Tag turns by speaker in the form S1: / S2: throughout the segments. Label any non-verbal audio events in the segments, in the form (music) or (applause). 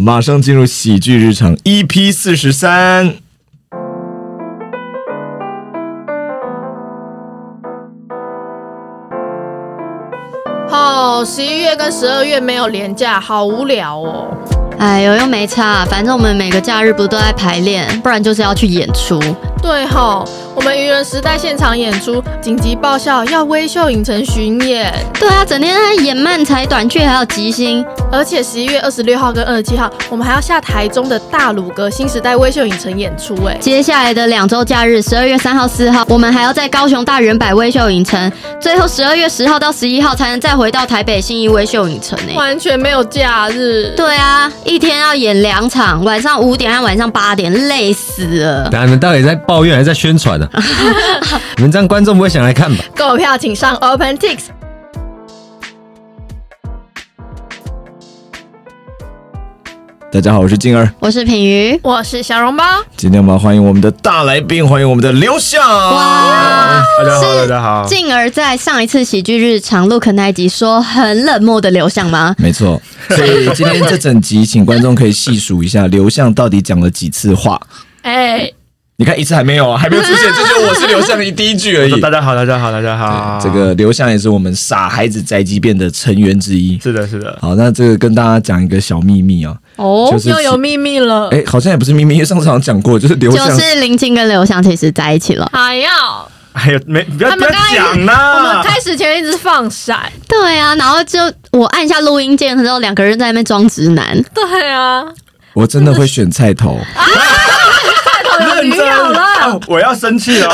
S1: 马上进入喜剧日常 EP 四十三。
S2: 哦，十一月跟十二月没有连假，好无聊哦。
S3: 哎呦，又没差，反正我们每个假日不都在排练，不然就是要去演出。
S2: 对吼、我们愚人时代现场演出，紧急爆笑，要微秀影城巡演，
S3: 对啊，整天在演漫才、短剧，还有即兴。
S2: 而且十一月二十六号跟二十七号，我们还要下台中的大鲁阁新时代微秀影城演出，哎，
S3: 接下来的两周假日，十二月三号、四号，我们还要在高雄大圆百威秀影城，最后十二月十号到十一号才能再回到台北信义威秀影城呢、
S2: 完全没有假日。
S3: 对啊，一天要演两场，晚上五点和晚上八点，累死了。
S4: 等下你们到底在抱怨还是在宣传呢、啊？你们这样观众不会想来看吧？
S2: 购票请上 OpenTix。
S1: 大家好，我是静儿，
S3: 我是品瑜，
S2: 我是小笼包，
S1: 今天我们要欢迎我们的大来宾，欢迎我们的刘翔。
S3: 哇，
S5: 大家好，
S3: 是
S5: 大家好。
S3: 进而在上一次喜剧日常 Look 那一集说很冷漠的刘向吗？
S1: 没错，所以今天这整集，请观众可以细数一下刘向到底讲了几次话。
S2: 哎、
S1: 你看一次还没有啊，还没有出现，这就是我是刘向的第一句而
S4: (laughs)
S1: 已。
S5: 大家好，大家好，大家好。
S4: 啊
S1: 这个刘向也是我们傻孩子宅急便的成员之一。
S5: 是的，是的，
S1: 好，那这个跟大家讲一个小秘密啊，
S3: 哦
S1: 就，是
S2: 又有秘密了，
S1: 哎、好像也不是秘密，因为上次好像讲过，就是刘
S3: 就
S1: 向
S3: 是林青跟刘翔其实在一起了。
S2: 还要。
S5: 哎呀，没不要
S2: 他
S5: 不
S2: 们
S5: 要
S2: 刚才
S5: 讲
S2: 我们
S5: 啦。
S2: 开始前一直放闪，
S3: 对啊，然后就我按下录音键之后，两个人在那边装直
S2: (laughs)
S3: 男。
S2: 对啊，
S1: 我真的会选菜头，
S2: 有
S5: 啊认
S2: 女
S5: 真
S2: 友了，
S5: 哦我要生气哦！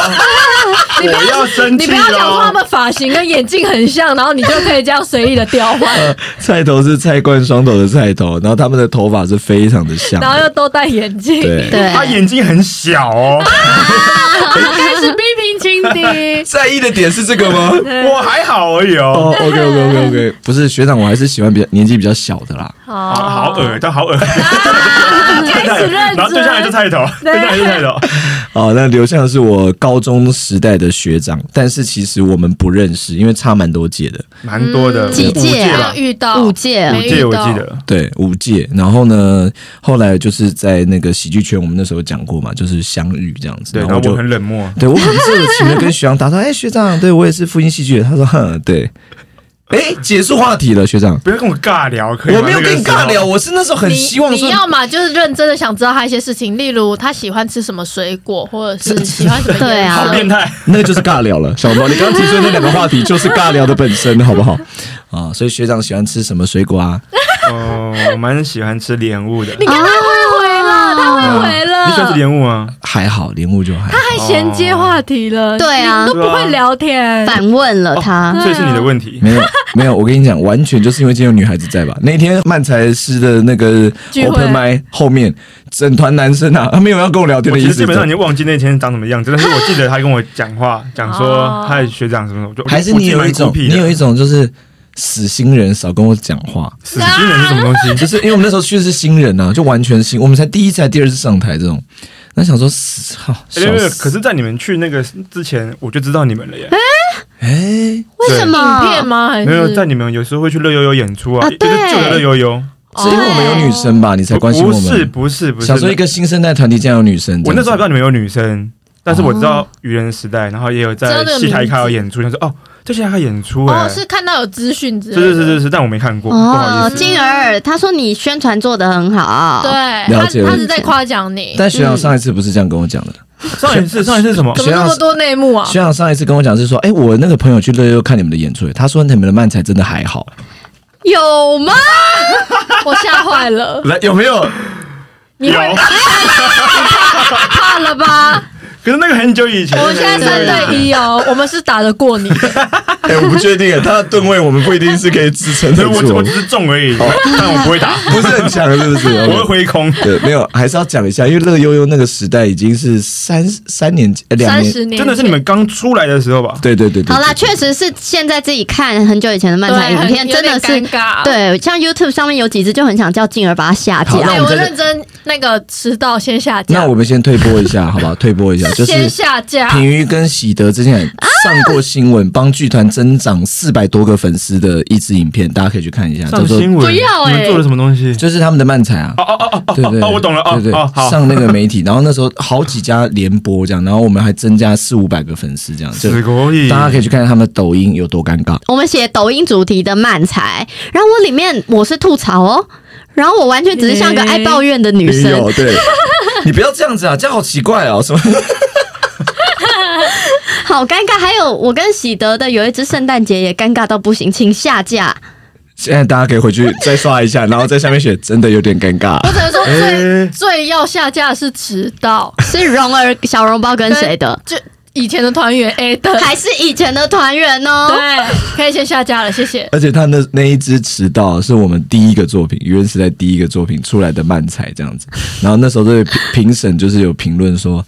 S5: 我要生
S2: (laughs) 你
S5: 气
S2: 不要讲说他
S5: 哦！
S2: 们发型跟眼镜很像，然后你就可以这样随意的调换，
S1: (laughs) 菜头是菜冠双头的菜头，然后他们的头发是非常的像的
S2: 然后又都戴眼镜， (laughs)
S1: 对，。
S3: 对，
S5: 他眼睛很小哦，
S2: 开始批评情敌
S1: 在意的点是这个
S2: (laughs)
S1: 吗？
S5: 我还好而已哦。
S1: 哦，OK OK OK OK，不是学长，我还是喜欢比较年纪比较小的啦。
S2: 好
S5: 好好恶，但好恶。
S2: 哦啊开始认
S5: 然后对象还是
S2: 真。
S5: 菜头，
S2: 对
S5: 对象还是菜头。
S1: 哦，那刘向是我高中时代的学长，但是其实我们不认识，因为差蛮多届的，
S5: 蛮多
S2: 嗯
S5: 的，
S3: 几
S5: 五
S3: 届
S5: 届
S3: 啊
S5: 吧，
S2: 遇到
S3: 五届
S5: 五
S2: 没
S5: 届
S2: 遇
S5: 我
S2: 到
S5: 记得。
S1: 对，五届。然后呢，后来就是在那个喜剧圈，我们那时候讲过嘛，就是相遇这样子。
S5: 对，然
S1: 后
S5: 后
S1: 就
S5: 我很冷漠。
S1: (laughs) 对我很热情的跟学长打招呼，哎，学长，对我也是复兴戏剧的。他说， (laughs) 哼，对。哎，结束话题了，学长。
S5: 不要跟我尬聊，可以吗
S1: 我没有跟你尬
S5: 啊
S1: 聊，。我是那时候很
S2: 你
S1: 希望
S2: 你
S1: 说，
S2: 要嘛就是认真的想知道他一些事情，例如他喜欢吃什么水果，或者是喜欢什么
S3: 对啊
S5: 那个时候好
S2: 颜
S5: 变
S2: 色。
S5: 态，
S1: 那个就是尬聊了， (laughs) 小猫。你刚刚提出的那两个话题就是尬聊的本身，好不好？ (laughs) 啊，所以学长喜欢吃什么水果啊？
S5: 哦，我蛮喜欢吃莲雾的。
S2: 你
S5: 你
S2: 看他会回了，他会回了，
S5: 喜欢吃莲雾吗？
S1: 还好，莲雾就还好。
S2: 太衔接话题了，
S3: 对啊
S2: 你都不会聊天。
S3: 反问了他。
S5: 啊所以是
S2: 啊
S5: 你的问题。
S1: 没有没有，我跟你讲，完全就是因为今天有女孩子在吧？那天漫才师的那个
S2: 聚会
S1: open m i 后面，整团男生啊，他没有要跟我聊天
S5: 我
S1: 的
S5: 其
S1: 意
S5: 实
S1: 思
S5: 基，本上已经忘记那天长什么样子，但是我记得他跟我讲
S2: (laughs)
S5: 话，讲说
S2: 哦
S5: 他学长什么什么，我就
S1: 还是你有一种
S5: 我，记
S1: 你
S5: 得蛮孤僻的
S1: 有一种就是死新人少跟我讲话， (laughs)
S5: 死新人是什么东西？
S1: 就是因为我们那时候去的是新人啊，就完全新，我们才第一次、还第二次上台这种，那想说死操，
S5: 哎没有
S1: 笑
S5: 没有，
S1: 死，
S5: 可是，在你们去那个之前，我就知道你们了耶。
S1: 哎，
S3: 为什么？
S2: 影片吗？还是
S5: 没有，在你们有时候会去乐悠悠演出啊，
S3: 啊
S5: 就是旧
S3: 对
S5: 的乐悠悠，
S1: 是因为我们有女生吧，你才关心
S5: 哦不
S1: 我
S5: 是
S1: 们。
S5: 不是不是。
S1: 想说一个新生代团体竟然有女生，
S5: 我那时候还不
S1: 这样
S5: 知道
S1: 子
S5: 你们有女生，但是我知
S2: 哦
S5: 道愚人时代，然后也有
S2: 知道
S5: 在
S2: 这个
S5: 戏台
S2: 名字
S5: 开有演出，想说哦，在戏台开演出哎
S2: 哦，，是看到有资讯之类
S5: 是
S2: 的。
S5: 是是是是，但我没看过，不好
S3: 哦
S5: 意，思。
S3: 静儿，他说你宣传做得很好。
S2: 对，，
S1: 了
S2: 他
S1: 解了
S2: 他是在夸奖你，
S1: 但学
S5: 嗯
S1: 长上一次不是这样跟我讲的，
S5: 上一次上一次是什么？
S2: 怎
S1: 学
S2: 么
S1: 长
S2: 那么多内幕
S5: 哦
S2: 啊？
S1: 学长上一次跟我讲是说，哎、我那个朋友去乐悠悠看你们的演出，他说你们的漫才真的还好，
S3: 有吗？
S2: (laughs) 我吓坏了，
S1: 来有没有？
S2: 你会
S5: 有
S2: 怕了吧？
S5: 可是那个很久以前，
S2: 我们现在
S3: 对
S2: 三对一哦，我们是打得过你的，
S1: 哎、我不确定，他的吨位我们不一定是可以支撑
S5: 所以 (laughs) 我只我只是中而已，但我不会打，
S1: 不是很强，是不是？
S5: 我会挥空。
S1: (laughs) 对，没有，还是要讲一下，因为乐悠悠那个时代已经是三三年级呃两、
S2: (laughs) 三
S1: 年，
S2: 十年
S5: 真的是你们刚出来的时候吧？
S1: 对对对对，
S3: 好啦，确实是现在自己看很久以前的漫才
S2: 对
S3: 影片，
S2: 很
S3: 真的
S2: 有点
S3: 是
S2: 尴尬
S3: 对，像 YouTube 上面有几支就很想叫静儿把它下
S1: 好那
S3: 架。
S2: 哎，
S1: 我
S2: 我
S1: 们在这
S2: 认真那个迟到先下架，
S1: 那我们先退播一下，好不好？退播一
S2: (laughs)
S1: 下，就是
S2: 先下架。
S1: 品瑜跟喜德之前上过新闻，帮剧
S2: (laughs)
S1: 团增长四百多个粉丝的一支影片，大家可以去看一下，叫
S5: 上
S1: 做
S5: 新闻，
S2: 不要欸
S5: 你们做了什么东西？
S1: 就是他们的漫才啊。
S5: 哦哦哦哦
S1: 对对
S5: 哦，我懂了哦
S1: 对对
S5: 哦，好，
S1: 上那个媒体，然后那时候好几家联播这样，然后我们还增加四五百个粉丝这样，就
S5: 死国语，
S1: 大家可以去看看他们的抖音有多尴尬。
S3: 我们写抖音主题的漫才，然后我里面我是吐槽哦，然后我完全只是像个爱抱怨的女
S1: 没
S3: 生
S1: 有，对， (laughs) 你不要这样子啊，这样好奇怪哦，什么？
S3: 好尴尬。还有我跟喜德的有一只圣诞节也尴尬到不行，请下架。
S1: 现在大家可以回去再刷一下，然后在下面写，真的有点尴尬。
S2: 我
S1: (laughs)
S2: 只能说最、
S5: 哎
S2: 最要下架的是迟到，
S3: 是蓉儿小笼包跟谁的？
S2: 就以前的团员 A 的，
S3: 还是以前的团员哦？
S2: 对，可以先下架了，谢谢。
S1: 而且他那那一支迟到是我们第一个作品，愚人时代第一个作品出来的漫才这样子。然后那时候的评评审就是有评论说，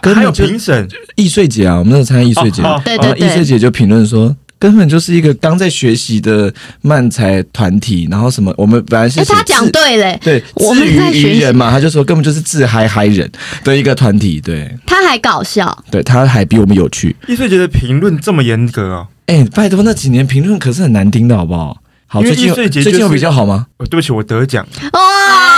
S1: 根
S5: 还有
S1: 本就
S5: 评审，
S1: 易碎姐啊，我们那时候参加易碎姐，
S5: 哦哦
S3: 对
S1: 然后易碎姐就评论说。根本就是一个刚在学习的漫才团体，然后什么，我们本来是
S3: 哎、
S1: 写
S3: 他讲
S1: 自
S3: 对嘞，
S1: 对，
S3: 我
S1: 自
S3: 们在
S1: 娱
S3: 学
S1: 于
S3: 习
S1: 人嘛，他就说根本就是自嗨嗨人的一个团体，对
S3: 他还搞笑。
S1: 对，他还比我们有趣。
S5: 易碎觉得评论这么严格哦。
S1: 哎、拜托，那几年评论可是很难听的，好不好？好，
S5: 因为
S1: 最近有
S5: 易碎节
S1: 最近有
S5: 就是
S1: 比较好吗？
S5: 哦对不起，我得奖，
S3: 哇！哦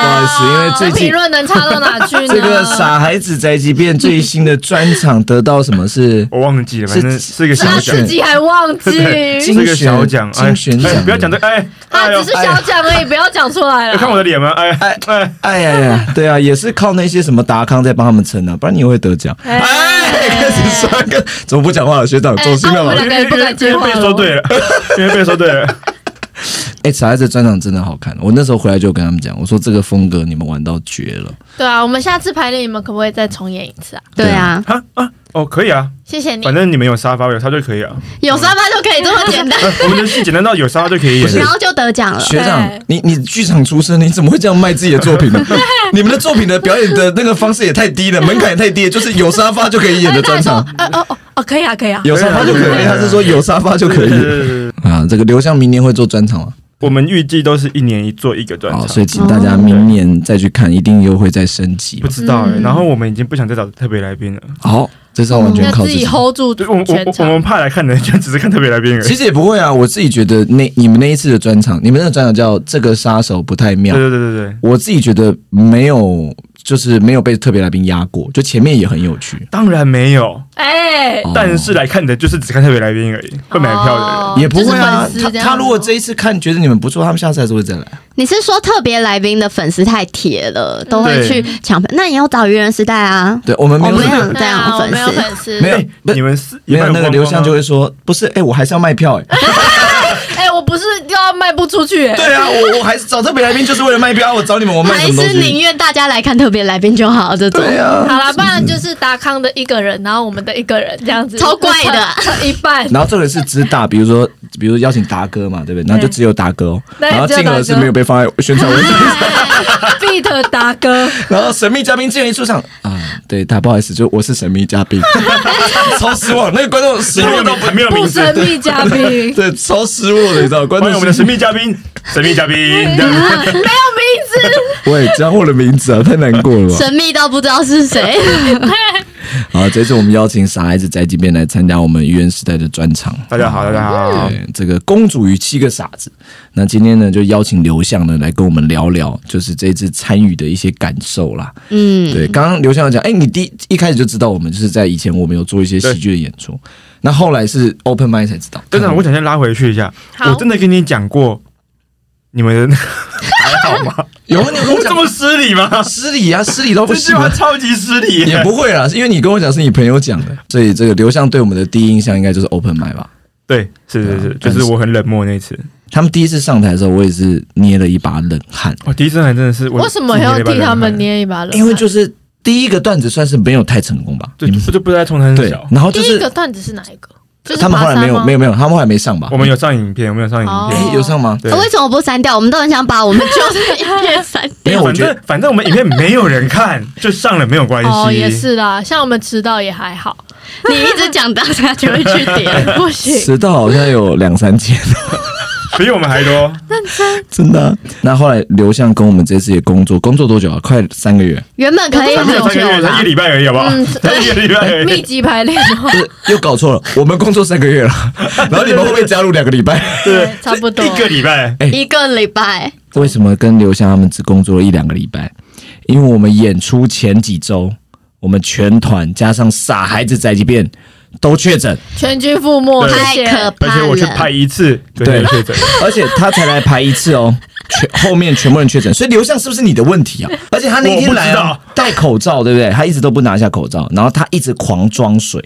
S1: 不好意思，因为最
S2: 这评
S5: 哦
S1: 近
S2: 论能差到哪去呢？
S1: 这个
S5: 啊
S1: (laughs) 傻孩子宅急便最新的专场得到什么是
S5: 我忘记了，
S1: 是
S5: 反正是一个小
S1: 小
S2: 他
S5: 奖
S1: 选
S2: 自。己还忘
S1: (laughs)
S2: 记，
S5: 对
S1: 金
S5: 是个小
S1: 选
S5: 奖，哎
S1: 金选
S5: 哎
S1: 奖，
S5: 不要讲这，哎，
S2: 他
S5: 哎呦
S2: 啊只是小奖而已，不要讲出来
S5: 有看我
S2: 了。
S5: 的脸吗？哎
S1: 哎
S5: 哎，
S1: 哎呀呀，对啊，也是靠那些什么达康在帮他们撑啊，不然你也会得奖。
S2: 哎
S1: 哎，开始刷个，怎么不讲话了？学长
S2: 哎
S1: 走心了
S2: 啊我
S1: 吗
S2: 们？两个也不敢接话
S5: 因
S2: 了
S5: 为被说对了，
S2: (laughs)
S5: 因为被说对了，
S1: 哎，傻孩子专场真的好看，我那时候回来就跟他们讲，我说这个风格你们玩到绝了。
S2: 对啊，我们下次排练，你们可不可以再重演一次啊？
S3: 对啊，
S5: 啊啊，哦，可以啊，
S2: 谢谢你
S5: 反。正你们有沙发，我有沙就可以啊。
S3: 有沙发就可以这么简单，
S5: 哎我们的戏简单到有沙发就可以
S1: 不是
S3: (laughs)
S5: 演
S3: 然。后就得奖了。
S1: 学长
S2: 对，
S1: 你你剧场出身，你怎么会这样卖自己的作
S2: (laughs)
S1: 品呢？ (laughs) 你们的作品的表演的那个方式也太低了，门槛也太低了，就是有沙发就可以演的专场。
S2: 呃哦哦哦，可以啊，可以啊。
S1: 有沙发就可
S5: 对
S1: 以，
S5: 啊
S1: 他是说有沙发就可
S5: 对对
S1: 以
S5: 对对对
S1: 啊。这个刘向明年会做专场啊，
S5: 我们预计都是一年一做一个专
S1: 好，
S5: 场，
S1: 所以请大家明年再去看，一定又会再升级
S5: 不。知道哎。然后我们已经不想再找特别来宾了，
S1: 好，这是完全
S2: 要
S1: 靠
S2: 嗯自己 hold 住
S5: 对，我我
S2: 全
S5: 我我
S2: 场。
S5: 们怕来看的人就只是看特别来宾而已
S1: 其。实也不会啊，我自己觉得那你们那一次的专场，你们那个专场叫《这个杀手不太
S5: 对
S1: 妙》，
S5: 对对对对，
S1: 我自己觉得没有，就是没有被特别来宾压过，就前面也很有趣，
S5: 当然没有，
S2: 哎，
S1: 哦
S5: 但是来看的就是只看特别来宾而已，会买票的人。
S2: 哦
S1: 也不会啊
S2: 就是粉。丝
S1: 他
S2: 这样
S1: 他如果这一次看觉得你们不错，他们下次还是会再来。
S3: 你是说特别来宾的粉丝太铁了，都会
S5: 对
S3: 去抢票？那也要找愚人时代啊。
S1: 对我们没
S3: 我
S1: 有
S3: 没有
S2: 对
S3: 这样
S2: 啊，
S3: 的
S2: 我没有
S3: 粉丝，
S2: 粉丝，
S1: 没有
S5: 哎
S1: 不
S5: 你们是
S1: 没有那个刘向就
S5: 会
S1: 会说，不是，哎，我还是要卖票，哎。
S2: 哎，我不是要卖不出去，哎，
S1: 对啊，我我还是找特别来宾，就是为了卖票。我找你们，我卖
S3: 还
S1: 什么东
S3: 是宁
S1: 西？
S3: 愿大家来看特别来宾就好，这种
S1: 对啊。
S2: 好啦，不然就是达康的一个人，然后我们的一个人这样子，
S3: 超怪的
S2: 就成一半。
S1: 然后这个是知大，比如说，比如邀请达哥嘛，对不对？然后就只有达哥哦，
S2: 对
S1: 然后金额是没有被放在宣传文件上。
S2: Beat 达 (laughs) 哥，
S1: (laughs) 然后神秘嘉宾竟然一出场啊，对，他不好意思，就我是神秘嘉宾，超失望，那个观众失
S5: (laughs)
S1: 落到不，
S5: 没有
S2: 不
S5: 名字，
S2: 神秘嘉宾，没有名
S1: 对，超失落的，你知道，观
S5: 欢迎我们的
S1: 众
S5: 神
S1: 是，
S5: 秘嘉宾，神秘嘉宾，这样子
S2: 字，
S1: 喂，讲 (laughs) 我的名字啊，太难过了吧？
S3: 神秘到不知道是 (laughs) 谁。
S1: 好，这次我们邀请傻孩子宅急便来参加我们愚人时代的专场。
S5: 大家好，大家好，
S1: 对，这个《公主与七个傻子》。那今天呢，就邀请刘向呢来跟我们聊聊，就是这次参与的一些感受啦。
S3: 嗯，
S1: 对，刚刚刘向有讲，哎、你第一一开始就知道我们就是在以前我们有做一些喜剧的演出，那后来是 open m i d 才知道。
S5: 真的，我想先拉回去一下，
S2: 好
S5: 我真的跟你讲过，你们还好吗？
S1: 有啊，你有 (laughs) 跟我
S5: 我这
S1: 讲
S5: 么失礼 (laughs) 吗？
S1: 失礼啊，失礼到不
S5: 这
S1: 行
S5: 句 (laughs)
S1: 啊、
S5: 话超级失礼耶，
S1: 也不会啦，因为你跟我讲是你朋友讲的，所以这个刘向对我们的第一印象应该就是 open m i d 吧。
S5: 对，是是是，
S1: 啊
S5: 就是我很冷漠那一次，
S1: 他们第一次上台的时候，我也是捏了一把冷汗，
S5: 我哦第一次还真的是，我
S2: 为什么要替他们？捏一把冷汗？
S1: 因为就是第一个段子算是没有太成功吧，
S5: 对，
S1: 你们
S5: 就就不知道在冲他
S1: 对
S5: 小，。
S1: 然后就
S2: 第
S1: 是
S2: 一个段子是哪一个？就是
S1: 他们后来没有没
S2: 有，
S1: 有没有，他们后来没上吧？
S5: 我们有上影片，我们有上影
S1: 哎、
S5: 片
S2: 哦，
S1: 有上吗？
S5: 对，
S3: 为什么不删掉？我们都很想把我们就是一片删
S1: 没有，我
S5: 反
S1: 觉得
S5: 正反正我们影片没有人看， (laughs) 就上了没有关
S2: 哦，
S5: 系，
S2: 也是啦，像我们迟到也还好，
S5: (laughs)
S3: 你一直讲大家就会去点。
S2: 不行，
S1: 迟到好像有两三天，
S5: 比我们还
S2: (laughs)
S5: 多。
S1: (laughs) 真的啊、那后来刘向跟我们这次也工作，工作多久啊？快三个
S2: (laughs)
S1: 月，
S3: 原本可以
S5: 三
S3: 很
S5: 个月，三
S3: 久
S5: 个月，才
S3: 啦
S5: 一，礼拜而已，好不好？
S2: 嗯
S5: (laughs) 才一个礼拜而
S2: 密
S5: 已。
S2: 集排练的哦话，
S1: 不是又搞错了，我们工作三个月了，然后你们会不会加入两个礼拜？
S2: 对，差不多。
S5: 一个礼拜，
S3: 一个礼拜，
S1: 为什么跟刘翔他们只工作了一两个礼拜？因为我们演出前几周，我们全团加上傻孩子宅急便都确诊，
S2: 全军覆没，
S5: 对
S3: 太
S2: 谢
S3: 可
S2: 谢。
S5: 而
S3: 怕
S5: 且我去
S3: 了
S5: 拍。一次，
S1: 对
S5: 对，确诊。
S1: 而且他才来排一次哦，全后面全部人确诊，所以刘翔是不是你的问题啊？而且他那天来、
S5: 我
S1: 啊
S5: 不、
S1: 戴口罩，对不对？他一直都不拿下口罩，然后他一直狂装水。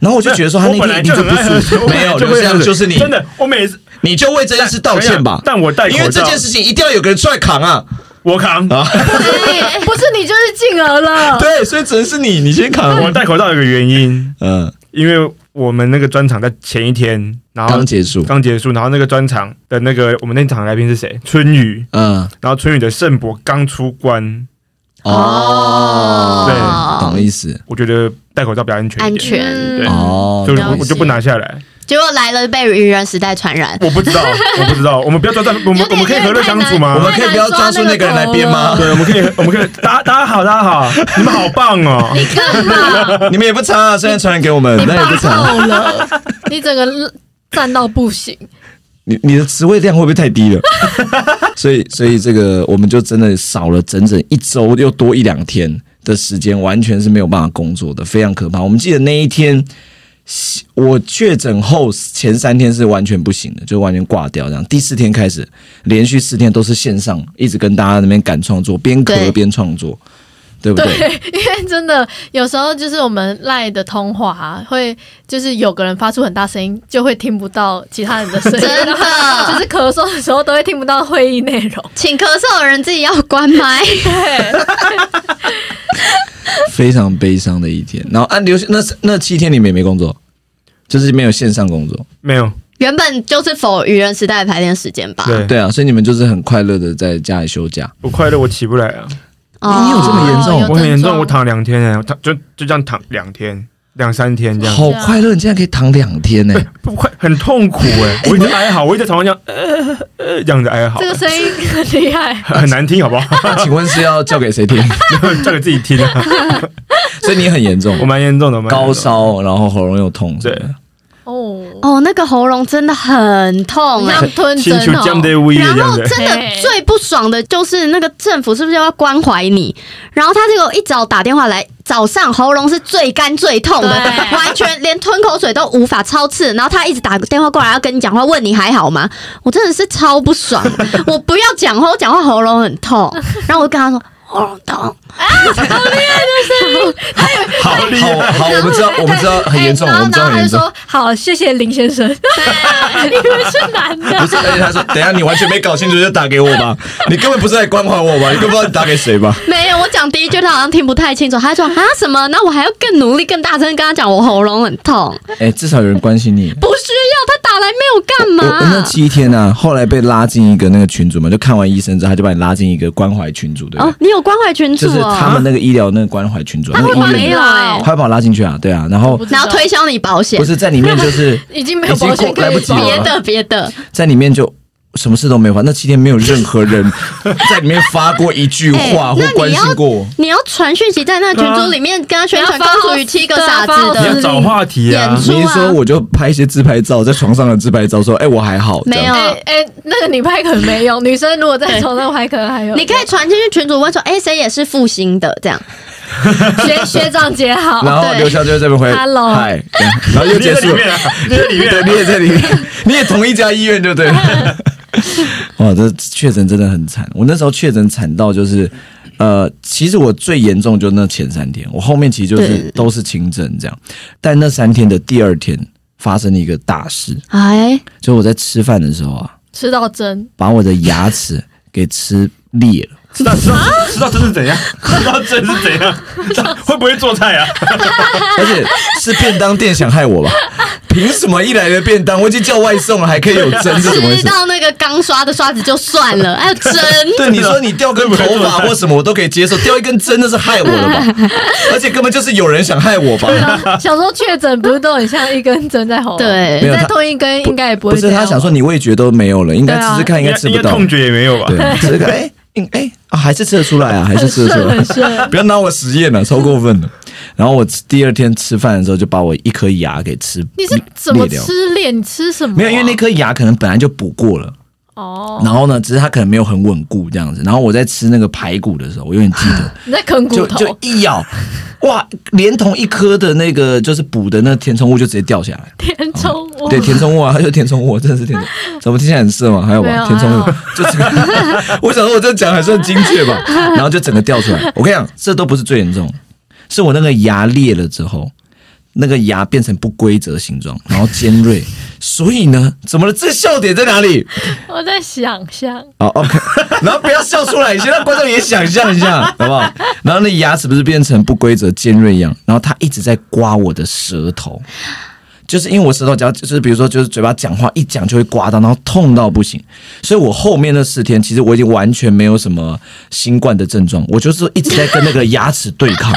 S1: 然后我就觉得说他那
S5: 我本
S1: 天
S5: 来
S1: 一定
S5: 就
S1: 就
S5: 很
S1: 不
S5: 爱喝
S1: 舒
S5: 水，
S1: 服，
S5: 我本
S1: 没
S5: 来
S1: 有
S5: 就
S1: 刘
S5: 会喝
S1: 翔
S5: 水
S1: 就是你，
S5: 真的，我每次
S1: 你就为这件事道歉吧。
S5: 但但我戴口罩
S1: 因为这件事情一定要有个人出来扛啊！
S5: 我扛，
S1: 啊，
S2: 哎不是你就是静儿了。
S1: 对，所以只能是你，你先扛。
S5: 我戴口罩有个原因，
S1: 嗯、
S5: 因为我们那个专场在前一天，然后
S1: 刚结束。
S5: 刚结束，然后那个专场的那个我们那场来宾是谁？春雨，
S1: 嗯，
S5: 然后春雨的圣博刚出关，
S1: 哦，
S3: 对
S1: 懂意思。
S5: 我觉得戴口罩比较安全一
S3: 安
S5: 点，
S3: 全，
S5: 对
S1: 哦，
S5: 所以
S1: 懂
S5: 我
S1: 意
S5: 我
S1: 思
S5: 就不拿下来。
S3: 结果来了被愚人时代传染，
S5: 我不知道，我不知道，我们不要抓到，我们
S3: 有
S5: 我
S3: 点
S5: 们可以和乐相处吗
S1: 我
S2: 有
S1: 们
S2: 点太难？
S1: 可以不要抓住那个人来编吗？
S5: 对，我们可以，我们可以，大家大家好，大家好，你们好棒哦！
S1: (laughs)
S2: 看吧，
S1: 你们也不差啊，虽然传染给我们
S2: 你，
S1: 但也
S2: 爆
S1: 不差。
S2: 透了，你整个站到不行。 (laughs)
S1: 你你的职位量会不会太低了？ (laughs) 所以所以这个我们就真的少了整整一周，又多一两天的时间，完全是没有办法工作的，非常可怕。我们记得那一天。我确诊后前三天是完全不行的，就完全挂掉这样。第四天开始，连续四天都是线上，一直跟大家那边赶创作，边
S3: 对
S1: 咳边创作，对不对？
S2: 对，因为哎真的有时候就是我们赖的通话、啊、会，就是有个人发出很大声音，就会听不到其他人的声音，
S3: 真的
S2: (laughs) 就是咳嗽的时候都会听不到会议内容。
S3: 请咳嗽的人自己要关麦。 (laughs)
S1: 非常悲伤的一天。然后按流行那那七天里面也没工作，就是没有线上工作。
S5: 没有，
S3: 原本就是否愚人时代的排练时间吧？
S5: 对，
S1: 对啊，所以你们就是很快乐的在家里休假。
S5: 我快乐，我起不来啊，
S3: 哦
S1: 你有这么严重
S2: 有
S5: 我很严重，
S2: 症
S5: 我躺两天哎，我躺就就这样躺两天，两三天这样，
S1: 好快乐，你竟然可以躺两天呢、
S5: (laughs) 不快很痛苦
S3: (laughs)
S5: 哎，我一直哀嚎，我一直在床上这样呃呃呃这样子哀嚎
S2: 哦这，个声音很厉害，
S5: 很难听好不好？ (laughs)
S1: 那 (laughs) 请问是要叫给谁听？
S5: 叫给自己听
S3: (laughs)
S5: 啊，
S1: (laughs) 所以你很严重
S5: 我，蛮严重的，我蛮严重
S1: 高
S5: 的。
S1: 烧，然后喉咙又痛。
S5: 对，
S2: 哦，
S3: 哦，那个喉咙真的很痛哎、
S2: 像吞针
S5: 清楚
S2: 哦、
S5: 降低威力
S3: 然
S5: 这样
S3: 后
S5: 子，
S3: 真的最不爽的就是那个政府是不是要关怀你？然后他这个一早打电话来，早上喉咙是最干最痛的，
S2: 对
S3: 完全连吞口水都无法超刺。然后他一直打电话过来要跟你讲话，问你还好吗？我真的是超不 (laughs) 爽，我不要讲话，我讲话喉咙很痛。然后我就跟他说喉咙痛，
S1: 好，好，好，我们知道，我们知道很严重，
S2: 哎
S1: 我们知道
S2: 然
S1: 很
S2: 后然后他
S1: 严
S2: 就
S1: 重。
S2: 说：“好，谢谢林先生。” (laughs) 因为是男
S1: 不
S2: 的，
S1: 是，哎而且他说，等一下你完全没搞清楚就打给我吧，你根本不是来关怀我吧，你根本不知道你打给谁吧。
S3: 没有，我讲第一句他好像听不太清楚，他就说啊什么？那我还要更努力、更大声跟他讲我喉咙很痛，
S1: 哎、至少有人关心你。
S3: 不需要他打来没有干
S1: 我我那
S3: 嘛？
S1: 七天呢、啊，后来被拉进一个那个群组嘛，就看完医生之后，他就把你拉进一个关怀群组，对不对？
S3: 哦，你有关怀群
S1: 就
S3: 主
S1: 是他
S3: 哦，
S1: 们那个医疗那个关怀群组，那
S2: 他会
S1: 个
S2: 帮
S1: 医
S2: 你
S1: 院，
S3: 有哎
S1: 他会把我拉进去啊，对啊，然后
S2: 不知道
S3: 然后推销你保险
S1: 不，是在里面
S3: (laughs)
S1: 就是
S2: 已经没有保
S1: 已经
S2: 险
S1: 过
S2: 可
S1: 来不
S2: 以
S1: 及
S2: 保
S1: 了
S3: 别
S2: 了。
S3: 的别的，
S1: 在里面就。什么事都没有发，那七天没有任何
S3: (laughs)
S1: 人在里面发过一句话
S3: 哎
S1: 或
S3: 那你
S1: 关
S3: 要
S1: 心过我。
S3: 你要传讯息在那群组里面跟他宣传《
S2: 对啊
S3: 公主与七个傻子》
S2: 对啊
S5: 你要
S3: 的，
S5: 找话题啊
S3: 演，出
S1: 你一
S3: 啊
S1: 说我就拍一些自拍照，在床上的自拍照，说：“哎、我还好。”
S3: 没
S1: 这样
S3: 有
S2: 哎哎，那个女派可能没用，女生如果在床上拍，可能还有。
S3: 你可以传进去群主问说，哎，谁也是复兴的这样，
S2: 学学长姐好，
S1: 然后
S3: 哦对
S1: 刘翔就在这边回
S2: Hello
S1: 嗨，这样然后又
S5: 你
S1: 结
S5: 也在
S1: 束
S5: 里
S1: 了。
S5: 面啊， (laughs) 你
S1: (laughs)
S5: 也在里面啊，
S1: 你也在里面，你也同一家医院就对了。 (laughs) 哇，这确诊真的很惨。我那时候确诊惨到就是，呃，其实我最严重就那前三天，我后面其实就是
S3: 对
S1: 都是轻症这样。但那三天的第二天发生了一个大事，
S3: 哎，
S1: 就我在吃饭的时候啊，
S2: 吃到针，
S1: 把我的牙齿给吃裂了。
S5: 知道知
S3: 啊
S5: 道知道这是怎样，知道这是
S3: (laughs)
S5: 怎样，知道会不会做菜啊？
S1: 而且是便当店想害我吧？凭什么一来的便当我已经叫外送了，还可以有针，是怎么回
S3: 吃
S1: 事？
S3: 到那个刚刷的刷子就算了，哎
S1: (laughs)
S3: 还有针，
S1: 对，你说你掉根头发或什么，我都可以接受，掉一根针那是害我的
S2: (laughs)
S1: 吧？而且根本就是有人想害我吧？
S2: 小时候确诊不是都很像一根针在喉？，
S1: 没
S3: 对，
S1: 有
S2: 再
S1: 他
S2: 痛一根应该也不会
S1: 不
S2: 这
S1: 是
S2: 样吧。
S1: 他想说你味觉都没有了，应该
S2: 对啊
S1: 吃吃看，应该吃不
S5: 应该
S1: 到。
S5: 痛觉也没有吧？
S1: 对，吃个哎，应哎啊，还是吃得出来
S2: (laughs)
S1: 啊，还是吃得出
S2: 很顺很
S1: 来。不要拿我实验了，超过分了。然后我第二天吃饭的时候，就把我一颗牙给吃
S2: 你是怎
S1: 裂
S2: 么
S1: 掉。
S2: 吃裂？你吃什么啊？
S1: 没有，因为那颗牙可能本来就补过了，
S2: 哦，
S1: 然后呢，只是它可能没有很稳固这样子。然后我在吃那个排骨的时候，我永远记得，
S2: 你在啃骨
S1: 就
S2: 头
S1: 就，一咬，哇，连同一颗的那个就是补的那填充物就直接掉下来。
S2: 填充物。
S1: 对，填充物啊，它就填充物，真的是填充。
S2: (laughs)
S1: 怎么听起来很色吗？还有
S2: 没有啊
S1: 吧，填充物
S2: 还好，
S1: 就整个。 (laughs) 我想说，我这讲还算精确
S2: (laughs)
S1: 吧。然后就整个掉出来。我跟你讲，这都不是最严重，是我那个牙裂了之后，那个牙变成不规则形状，然后尖锐。所以呢，怎么了？这笑点在哪里？
S2: 我在想象，
S1: 好，OK，然后哦 (laughs) 不要笑出来，先让观众也想象一下，好不好？然后那牙齿不是变成不规则尖锐一样，然后它一直在刮我的舌头，就是因为我舌头只要就是比如说就是嘴巴讲话一讲就会刮到，然后痛到不行，所以我后面那四天其实我已经完全没有什么新冠的症状，我就是一直在跟那个牙齿对抗。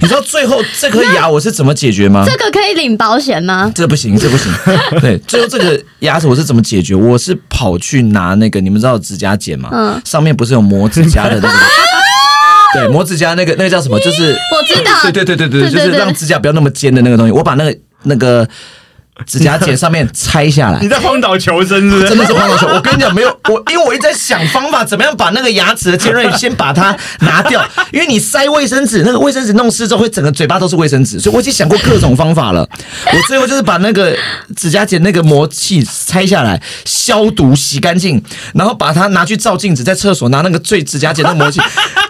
S1: 你知道最后这颗牙我是怎么解决吗？
S3: 这个可以领保险吗？
S1: 这不行，这
S3: (laughs)
S1: 不行。对，最后这个牙齿我是怎么解决？我是跑去拿那个，你们知道指甲剪吗？
S3: 嗯
S1: 上面不是有磨指甲的那
S3: (laughs)
S1: 个？对，磨指甲那个那个叫什么？就是
S3: 我知道，
S1: 对对对对
S3: 啊对
S1: 对，
S3: 对
S1: 就是
S3: 对
S1: 让指甲不要那么尖的那个东西。我把那个那个指甲剪上面拆下来
S5: 你。在荒岛求生是不
S1: 真
S5: 是？
S1: 的是荒岛球，我跟你讲，没有我，因为我一直在想方法，怎么样把那个牙齿的尖锐先把它拿掉，因为你塞卫生纸，那个卫生纸弄湿之后，会整个嘴巴都是卫生纸，所以我已经想过各种方法了。我最后就是把那个指甲剪那个魔器拆下来，消毒洗干净，然后把它拿去照镜子，在厕所拿那个最指甲剪那个魔器。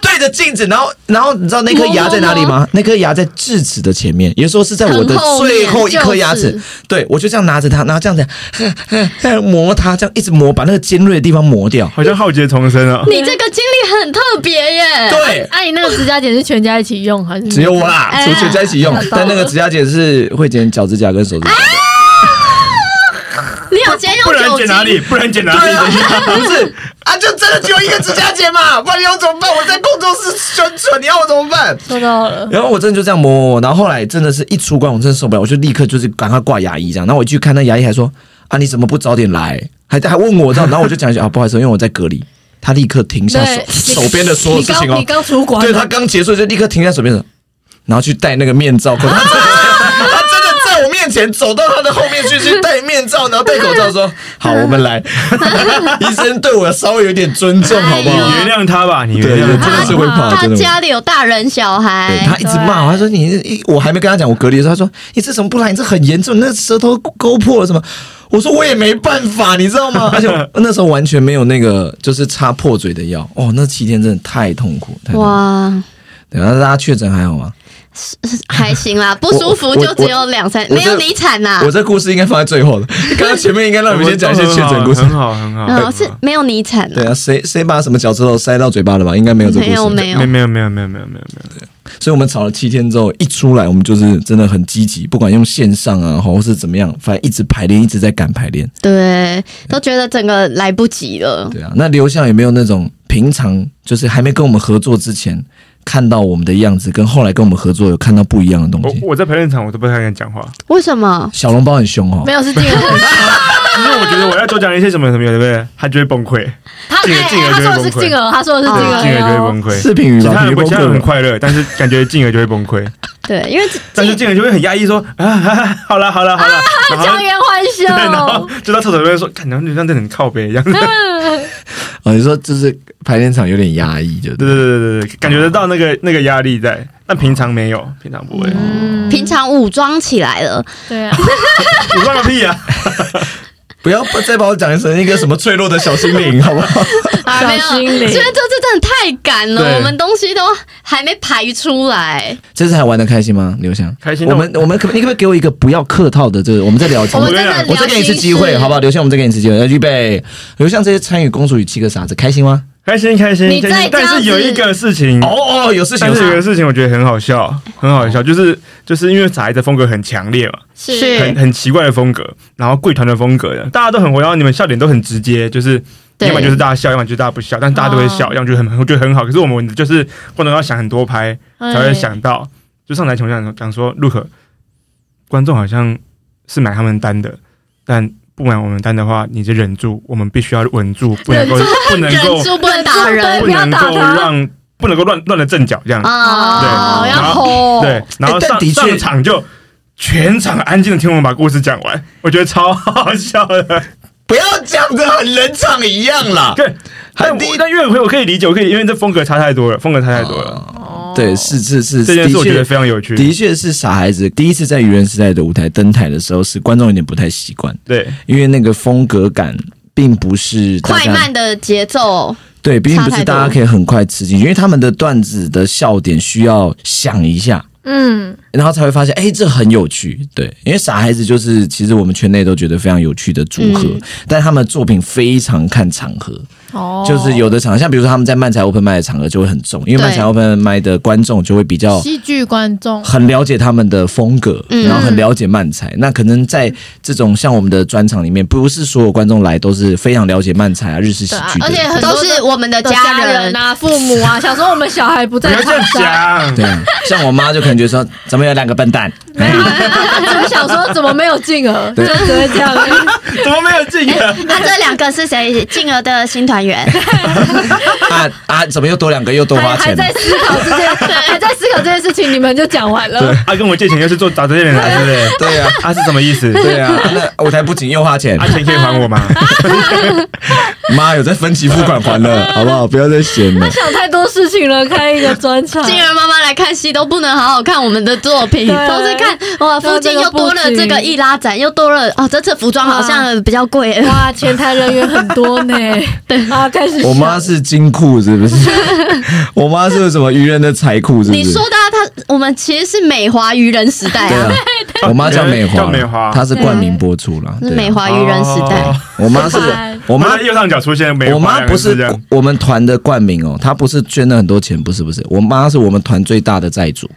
S1: 对着镜子，然后，然后你知道那颗牙在哪里吗？那颗牙在智齿的前面，也就是说是在我的
S3: 很后面
S1: 最后一颗牙齿
S3: 就是。
S1: 对，我就这样拿着它，然后这样子 (laughs) 呵呵呵磨它，这样一直磨，把那个尖锐的地方磨掉。
S5: 好像浩劫重生啊！
S3: 你这个经历很特别耶。
S1: 对，
S2: 哎，你那个指甲剪是全家一起用还是？
S1: 只有我啦，
S3: 哎
S1: 除全家一起用
S2: 哎，
S1: 但那个指甲剪是会剪脚指甲跟手指甲。
S3: 你有先
S5: 不
S3: 用
S5: 然
S3: 酒
S5: 剪
S3: 精，
S5: 哪里？不然剪哪
S1: 对啊
S5: 里？，
S1: 不是啊，就真的只有一个指甲剪嘛，不然你要我怎么办？我在工作室宣传，你要我怎么
S2: (laughs)
S1: 办？
S2: 收到了。
S1: 然后我真的就这样磨磨磨，然后后来真的是一出关，我真的受不了，我就立刻就是赶快挂牙医这样。然后我一去看那牙医还说啊，你怎么不早点来？还还问我这样，然后我就讲一句啊，不好意思，因为我在隔离。他立刻停下手
S2: 对，
S1: 手边的所有事情哦，
S2: 你刚你刚
S1: (laughs)
S2: 出国，
S1: 对他刚结束就立刻停在手边上，然后去戴那个面罩口罩。他
S3: (laughs)
S1: 真的他真的在我面前走到他的后面去，去戴面罩，然后戴口罩
S3: (laughs)
S1: 说：“好，我们来。”医生对我稍微有点尊重，好不
S5: 你
S1: 好
S3: 哎？
S5: 原谅他吧，你
S1: 对，
S5: 原
S1: 真
S5: 谅他。
S1: 的是会怕，
S3: 他
S1: 啊真的会怕。
S3: 家里有大人小
S1: 对
S3: 孩
S1: 他，一直骂我，他说你一我还没跟他讲我隔离的时候，他说你这怎么不来？你这很严重，你那舌头勾破了什么？我说我也没办法，你知道
S3: (laughs)
S1: 吗？而且我那时候完全没有那个就是擦破嘴的药，哦，那七天真的太痛苦，太痛苦。
S3: 哇，
S1: 对，那大家确诊还好吗？
S3: 还行啦，不舒服
S1: 我我
S3: 就只有两三，
S1: 我
S3: 没有
S1: 这
S3: 你惨
S5: 啊
S3: 呐
S1: 我。这故事应该放在最后
S5: (laughs)
S1: 的，刚刚前面应该让我们先讲一些确诊故事呃
S5: 很。好，很好。很好
S3: 嗯，是没有你惨
S1: 对
S3: 啊，
S1: 啊，谁谁把什么脚趾头塞到嘴巴了吧？应该没有这故事。
S3: 没有没有
S5: 没。没有没有没有没有没有没有，
S1: 所以我们吵了七天之后，一出来我们就是真的很积极，不管用线上啊，或是怎么样，反正一直排练，一直在赶排练。
S3: 对，都觉得整个来不及
S5: 哦
S3: 了。
S1: 对啊，那刘向有没有那种平常就是还没跟我们合作之前看到我们的样子，跟后来跟我们合作有看到不一样的东西？
S5: 我我在排练场我都不太敢讲话，
S3: 为什么？
S1: 小笼包很凶哦
S2: 没，有是进
S1: (laughs)
S2: 而，
S5: 因为我觉得我要多讲一些什么什么，对不对？他就会崩溃，
S2: 他
S5: 进而
S2: 哎
S5: 进而
S2: 他
S5: 就会
S2: 说的是
S5: 崩溃
S2: 进而，他说的是
S3: 对
S2: 进
S5: 进
S1: 啊
S2: 而，
S5: 而就会崩溃。
S1: 是品鱼
S5: 其
S1: 吧？
S5: 他
S1: 品
S5: 人
S1: 鱼
S5: 不
S1: 崩
S5: 其他
S1: 溃
S5: 人很
S1: 了吧。
S5: 快乐，但是感觉进而就会崩溃，
S3: 对，因为
S5: 但是进而就会很压抑，说啊啊，好了好了好了，然后
S2: 强颜
S1: (laughs)
S2: 欢
S5: 对，然后
S2: 笑。
S5: 就到厕所那边说，看，然后就像真的很靠背一样。对
S1: 哦，你说就是排练场有点压抑，就对。
S5: 对对对对，感觉得到那个那个压力在，但平常没有，平常不会。
S2: 嗯，
S3: 平常武装起来了，
S2: 对
S1: (laughs)
S2: 啊，
S5: 武装个屁啊！
S1: 不要再把我讲成一个什么脆弱的小心灵，好不好？
S3: 啊，没有，
S2: 小心
S3: 因为
S2: 灵
S3: 这次真的太赶
S5: 对
S3: 了，我们东西都还没排出来。
S1: (laughs) 这次还玩的开心吗，刘翔？
S5: 开心
S1: 我们我们可不你可不可以给我一个不要客套的，这个我们再聊天
S3: 我。们
S5: 跟
S3: 真
S5: 你
S3: 的
S5: 讲
S3: 聊
S1: 我再给你一次
S3: 心
S1: 机会，
S3: 事
S1: 好不好？刘翔，我们再给你一次机会，来预备。刘翔这些参与《公主与七个傻子》开心吗？
S5: 开心开心
S3: 你
S5: 开
S3: 再
S5: 心。但
S3: 这样
S5: 是有一
S3: 子
S5: 个事情，
S1: 哦哦，有事情
S5: 但
S1: 有
S5: 是有一
S1: 事
S5: 个事情我觉得很好笑，很好
S3: 哦
S5: 笑，就是就是因为傻孩子风格很强烈嘛，
S3: 是
S5: 很很奇怪的风格，然后贵团的风格的，大家都很活跃，然后你们笑点都很直接，就是
S3: 对哦
S5: 要么就是大家笑，要么就是大家不笑，但大家都会笑，要么就很我觉得很好。可是我们就是观众要想很多
S3: 哎
S5: 拍
S2: 哎
S5: 才会想到，就上台前我想讲说陆可，观众好像是买他们单的，但。不买我们单的话，你就忍住，我们必须要稳住，不能够不能够
S3: 忍住不能打人
S5: 不能够让不能够乱乱了阵脚这样。
S3: 啊，
S2: 哦，
S5: 对
S2: 要吼，
S5: 对，然后
S1: 哎但
S5: 上、
S1: 的确
S5: 上场就全场安静的听我们把故事讲完，我觉得超好笑
S1: (laughs)
S5: 的。
S1: 不要讲的很冷场一样啦。
S5: 对，但
S1: 很
S5: 我
S1: 低
S5: 但乐回我可以理解，我可以因为这风格差太多了，风格差太多了。
S2: 哦
S1: 对，是是是，
S5: 这件事我觉得
S1: 的确
S5: 非常有趣。
S1: 的确是傻孩子第一次在愚人时代的舞台登台的时候，是观众有点不太习惯，
S5: 对，
S1: 因为那个风格感并不是大
S3: 快
S1: 家
S3: 慢的节奏，
S1: 对，毕竟不
S3: 差
S1: 是
S3: 太多
S1: 大家可以很快吃进去，因为他们的段子的笑点需要想一下，
S2: 嗯，
S1: 然后才会发现，哎、这很有趣。对，因为傻孩子就是其实我们圈内都觉得非常有趣的组合，
S3: 嗯
S1: 但他们的作品非常看场合，
S2: 哦，
S1: 就是有的场像比如说他们在漫才 open 麦的场合就会很重，因为
S3: 对
S1: 漫才 open 麦的观众就会比较
S2: 戏剧观众，
S1: 很了解他们的风格，
S3: 嗯
S1: 然后很了解漫才。那可能在这种像我们的专场里面，不是所有观众来都是非常了解漫才啊、日式喜
S2: 对啊
S1: 剧，的，
S2: 而且很多
S3: 都是我们的家人
S2: 人。啊、父母啊，小时候我们小孩不
S5: 不
S2: 在
S5: 要
S2: 场
S5: 这样
S2: 上，
S1: (laughs)
S5: 讲。
S1: 对啊，像我妈就可能觉得说，咱们有两个笨蛋，
S2: 没有， (laughs) 只会想说怎么没有进儿，就只会这样而已。
S5: 怎么没有啊这
S1: (laughs)
S5: 个？
S3: 那啊这两个是谁？静儿的新团员，
S1: 啊啊，怎么又多两个又多
S2: 还
S1: 花
S2: 还
S1: 钱了
S2: 在？思考这件，还哎在思考这件事情，你们就讲完了。
S5: 他、啊跟我借钱又是做找这些人来，对不对？
S1: (laughs) 对啊，
S5: 他、是什么意思？啊
S1: 对啊，那舞台不仅又花
S5: (laughs)
S1: 钱
S5: 他、，钱可以还我吗？
S1: 妈有在分期付款还了，好不好？不要再嫌了。
S2: 想太多事情了，开一个专
S3: (laughs)
S2: 场，
S3: 静儿妈妈来看戏都不能好好看我们的作品，
S2: 对
S3: 都是看哇，附近又多了这个易拉展，又多了哦，这次服装好像比较贵。
S2: 哇，前台人员很多呢。对啊，开始想
S1: 我妈是金库是不是？我妈是什么愚人的财库是不
S3: 你
S1: 是
S3: 说？的啊她，我们其实是美华愚人时代
S1: 对啊
S3: 啊，，
S1: 我妈叫美华，
S5: 叫美华
S1: 她是冠名播出啦。
S3: 是
S1: 对啊
S3: 美华愚人时代
S5: 哦。
S1: 我妈是
S2: 美华，
S1: 我
S5: 我
S1: 妈
S5: 妈在右上角出现没？
S1: 我妈不
S5: 这样
S1: 是我们团的冠名哦，她不是捐了很多钱，不是不是，我妈是我们团最大的债
S2: (laughs)
S1: 主。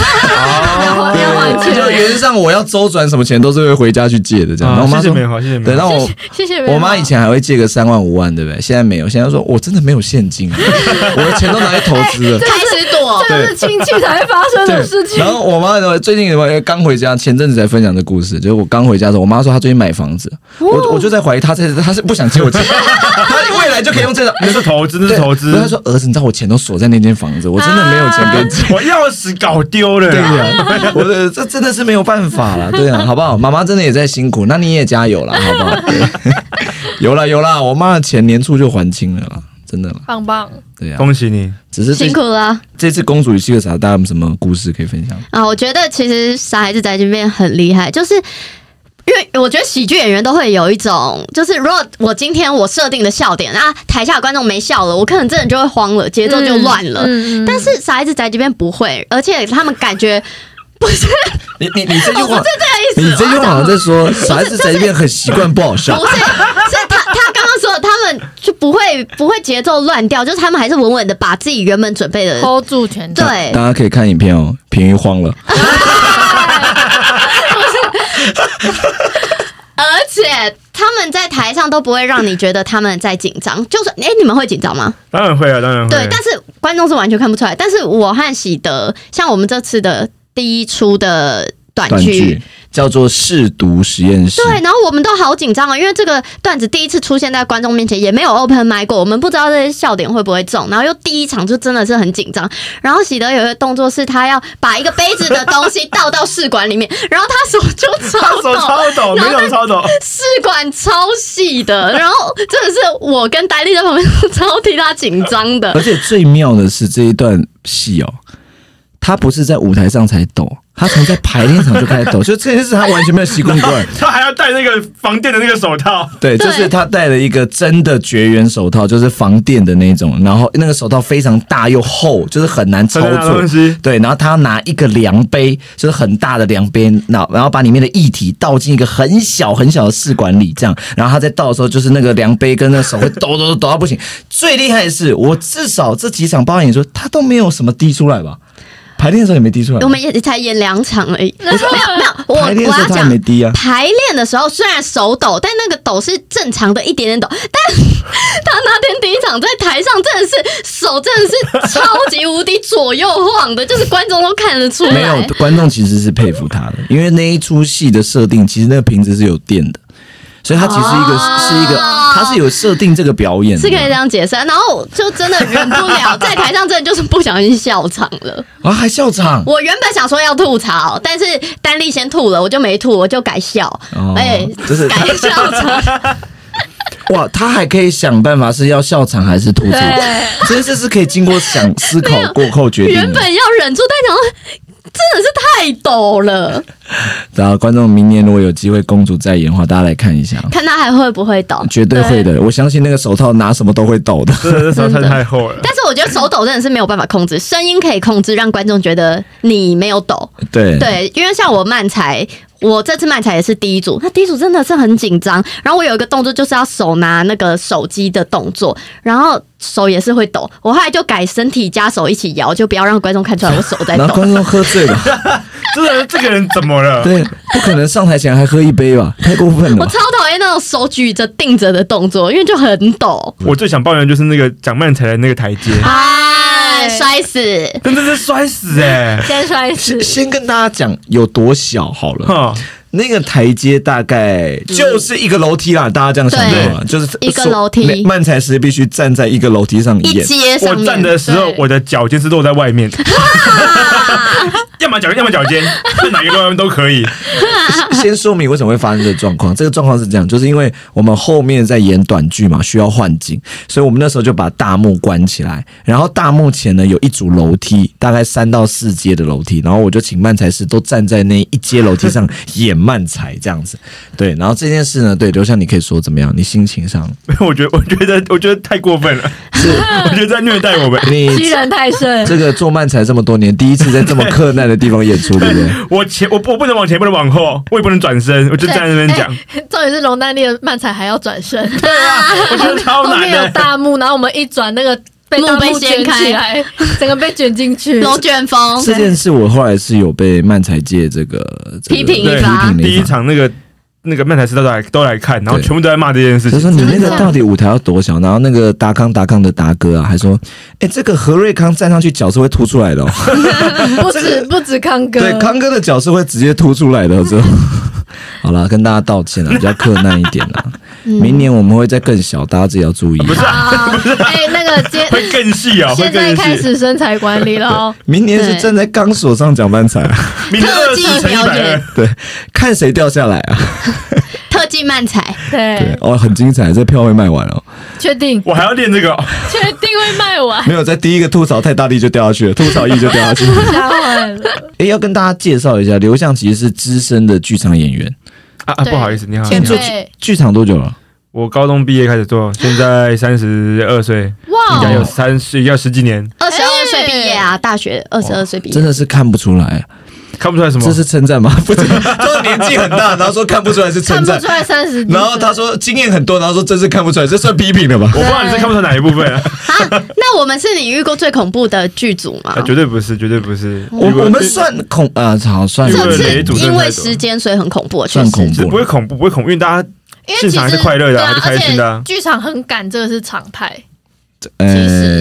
S2: 要还
S1: 就原
S2: 钱，
S1: 则上我要周转什么钱都是会回家去借的这样。然后
S5: 啊
S1: 我妈
S5: 谢谢
S1: 说，
S5: 美华，谢谢美
S1: 对，
S5: 华。
S1: 让我
S2: 谢谢。
S1: 我妈以前还会借个三万五万，对不对？现在没有，现在说我真的没有现金，啊
S5: (laughs)
S1: 我的钱都拿去投资
S2: 哎
S1: 了。
S3: 开始躲
S2: 这个是亲戚才会发生的事
S1: 对，
S2: 情
S1: 然。后我妈最近我刚回家，前阵子才分享的故事，就是我刚回家的时候，我妈说她最近买房子，我我就在怀疑她在她是不想借我钱，她未来就可以用这种。
S5: 那是投资，那是
S1: 对
S5: 投资
S1: 然后。她说儿子，你知道我钱都锁在那间房子，我真的没有钱给你借。
S5: 我钥匙搞丢了
S1: (laughs)
S5: 啦。
S1: 对
S5: 啊
S1: 呀、我的这真的是没有办法了，对啊，好不好？妈妈真的也在辛苦，那你也加油啦，好不好？ (laughs) 对有啦有啦，我妈的钱年初就还清了啦，真的啦，
S2: 棒棒，
S1: 对呀、啊，
S5: 恭喜你，
S1: 只是这
S3: 辛苦了
S1: 这次公主与七个傻大家有什么故事可以分享？
S3: 啊！我觉得其实傻孩子宅急便很厉害，就是。因为我觉得喜剧演员都会有一种，就是如果我今天我设定的笑点，那台下观众没笑了，我可能真的就会慌了，节奏就乱了。
S2: 嗯
S1: (laughs)
S3: 但是傻孩子宅急便不会，而且他们感觉
S1: 你你你这句话，
S3: 哦这个意
S1: 你
S3: 思，
S1: 这句话好像在说傻孩子在这边很习惯不好笑
S3: 不，是，是他他刚刚说的他们就不会不会节奏乱掉，就是他们还是稳稳的把自己原本准备的
S2: ，hold 住全场。
S3: 对
S1: 大家可以看影片哦。平鱼慌了，
S3: 而且他们在台上都不会让你觉得他们在紧张，就算哎、你们会紧张吗？
S5: 当然会啊，当然会。
S3: 对，但是观众是完全看不出来。但是我和喜德，像我们这次的第一出的短
S1: 短
S3: 剧
S1: 剧。叫做试毒实验室，
S3: 对，然后我们都好紧张啊，因为这个段子第一次出现在观众面前，也没有 open mic 过，我们不知道这些笑点会不会中，然后又第一场就真的是很紧张。然后喜德有一个动作是他要把一个杯子的东西倒到试管里面，然后他手就 (laughs)
S5: 他
S3: 超
S5: 手
S3: 抖，
S5: 超抖，没
S3: 然后
S5: 有超抖，
S3: 试管超细的，然后真的是我跟戴丽在旁 (laughs) 边都超替他紧张的
S1: 而。且最妙的是这一段戏哦，他不是在舞台上才抖，他从在排练场就开始抖，就这件事他完全没有习惯过来。
S5: 他还要戴那个防电的那个手套，
S1: 对，
S3: 对
S1: 就是他戴了一个真的绝缘手套，就是防电的那种，然后那个手套非常大又厚，就是很难操
S5: 很难拿
S1: 作
S5: 东西。
S1: 对，然后他拿一个量杯，就是很大的量杯，那然后把里面的液体倒进一个很小很小的试管里，这样，然后他在倒的时候，就是那个量杯跟那个手会抖抖抖抖到不行。最厉害的是，我至少这几场包演说，他都没有什么滴出来吧？排练的时候也没滴出来吧，
S3: 我们也才演两场而已， (laughs) 没有没有，我
S1: 排练的
S3: 我
S1: 时
S3: 要
S1: 候他也没
S3: 讲。
S1: 滴啊。
S3: 排练的时候虽然手抖，但那个抖是正常的一点点抖，但他那天第一场在台上真的是手真的是超级无敌左右晃的，就是观众都看得出
S1: 没有
S3: 来。，
S1: 观众其实是佩服他的，因为那一出戏的设定，其实那个瓶子是有电的，所以它其实一个、是一个，它是有设定这个表演的，
S3: 哦是可以这样解释啊，然后我就真的忍不了，在台上真的就是不小心笑场了。
S1: 啊，还笑场，
S3: 我原本想说要吐槽，但是丹丽先吐了，我就没吐，我就改笑，哎、
S1: 哦就是
S3: 改笑场。
S1: 哇，他还可以想办法是要笑场还是吐出，
S2: 对，
S1: 这件事是可以经过想思
S3: (laughs)
S1: 考过后决
S3: 原
S1: 定的。
S3: 本要忍住，但想说真的是太抖
S1: (laughs)
S3: 了，
S1: 然后观众明年如果有机会公主再演的话，大家来看一下，
S3: 看他还会不会抖。
S1: 绝对会的，我相信那个手套拿什么都会抖的。
S5: 真的，那手套太厚了。
S3: 但是我觉得手抖真的是没有办法控制，声音可以控制，让观众觉得你没有抖。
S1: 对，
S3: 对，因为像我漫才，我这次漫才也是第一组，那第一组真的是很紧张。然后我有一个动作就是要手拿那个手机的动作，然后手也是会抖。我后来就改身体加手一起摇，就不要让观众看出来我手在
S1: 然后
S3: 抖。
S1: 观众喝醉了，
S5: 真的，这个人怎么了？
S1: 对，不可能上台前还喝一杯吧，太过分了
S3: 我
S1: 吧。
S3: 超讨厌那种手举着定着的动作，因为就很抖。
S5: 我最想抱怨的就是那个蒋曼才的那个台阶，
S3: 哎，
S2: 哎
S3: 摔死！
S5: 真的是摔死哎、欸！
S2: 先摔死
S1: 先。先跟大家讲有多小好了，
S5: 哼，
S1: 那个台阶大概就是一个楼梯啦，大家这样想就好了，就是
S3: 一个楼梯
S1: 所漫才师必须站在一个楼梯上
S3: 一
S1: 演。
S3: 阶上
S5: 我
S3: 面
S5: 站的时候
S2: 对，
S5: 我的脚尖是露在外面，要么脚尖，要么脚尖，是哪一个都可以。
S1: 先说明为什么会发生这个状况。这个状况是这样，就是因为我们后面在演短剧嘛，需要换景，所以我们那时候就把大幕关起来。然后大幕前呢有一组楼梯，大概三到四阶的楼梯。然后我就请漫才师都站在那一阶楼梯上演漫才这样子。对，然后这件事呢，对刘翔，你可以说怎么样？你心情上
S5: 我觉得，我觉得，我觉得太过分了，我觉得在虐待我们。
S1: 你
S2: (laughs) 欺人太甚，
S1: 这个做漫才这么多年，第一次在这么困难的地方演出，对不对？
S5: 我前我不我不能往前，不能往后，我也不能转身，我就站在那边讲。
S2: 重点是龙丹丽的漫才还要转身，
S5: 对啊，我觉得超
S2: 后
S5: 难
S2: 面有
S5: 的。
S2: 大幕，然后我们一转那个被大
S3: 幕被掀
S2: 卷起来，整个被卷
S1: (laughs)
S2: 进去。
S3: 龙卷风，
S1: 这件事我后来是有被漫才界这个这个
S3: 批评
S5: 一
S3: 发
S1: 批评
S5: 第
S1: 一
S5: 一
S1: 发。
S5: 场那个那个漫才师都来都来看，然后
S1: 对
S5: 全部都在骂这件事
S1: 就
S5: 情。
S1: 说你那个到底舞台要多小？然后那个达康达康的达哥啊，还说，哎，这个何瑞康站上去脚是会凸出来的、哦，
S2: 不止不止康
S1: (laughs)
S2: 哥，
S1: 对，康哥的脚是会直接凸出来的、哦。之后， (laughs) 好啦，跟大家道歉了，比较困难一点啦。明年我们会再更小，大家自己要注意。
S5: 不是啊，
S2: 啊，哎，那 (laughs) 个接
S5: 会更细哦，会
S2: 现在
S5: 更
S2: 开
S5: 细。
S2: 始身材管理了哦，
S1: 明年是
S3: 对
S1: 站在钢索上讲漫才啊，
S5: 明天
S3: 特
S5: 二
S3: 技
S5: 十乘一
S3: 表
S5: 百
S3: 演
S5: 二，
S1: 对，看谁掉下来啊。
S3: 特技漫才，
S1: 对
S2: 对，，
S1: 哦，很精彩，这票会卖完哦。
S2: 确定
S5: 我还要练这个哦。
S2: 确定会卖完， (laughs)
S1: 没有在第一个吐槽太大力就掉下去了，吐槽一就掉下去了。
S2: 吓坏了，
S1: 哎、要跟大家介绍一下，刘向其实是资深的剧场演员，
S5: 啊啊，
S2: 对
S5: 不好意思，你好，
S2: 前
S5: 你好
S1: 做
S2: 辈
S1: 剧场多久了？
S5: 我高中毕业开始做，现在三十二岁，应该
S2: 哇
S5: 有三十要十几年，
S3: 二十二岁毕业啊，大学二十二岁毕业
S1: 真。的是看不出来，
S5: 看不出来什么
S1: 这。是称 (laughs) 赞吗？不是，就是年纪很大，然后说看不出来是
S2: 看
S1: 称
S2: 不
S1: 赞
S2: 出，来三
S5: (laughs)
S2: 十，
S1: 然后他说经验很多，然后说真是看不出来，这算批评了吧 (laughs)
S5: 我？不知道你是看不出来哪一部 (laughs) 分啊？
S3: 啊，那我们是你遇过最恐怖的剧组吗
S5: 啊？绝对不是，绝对不是。
S1: 我我们算恐啊，好算
S5: 这
S3: 这
S5: 次
S3: 次
S5: 雷主真的
S3: 因
S5: 太
S3: 为
S5: 多
S3: 时间所以很恐怖，确
S1: 算
S3: 实。
S1: 恐
S5: 是
S1: 怖
S5: 不会
S1: 了。
S5: 恐怖，不会恐怖，因为大家
S2: 因为
S5: 现
S2: 其
S5: 场还是
S2: 实
S5: 快乐的
S2: 对
S5: 啊
S2: 啊，
S5: 还是开心的
S2: 而
S5: 啊
S2: 且剧场很赶，这个是常态，
S1: 呃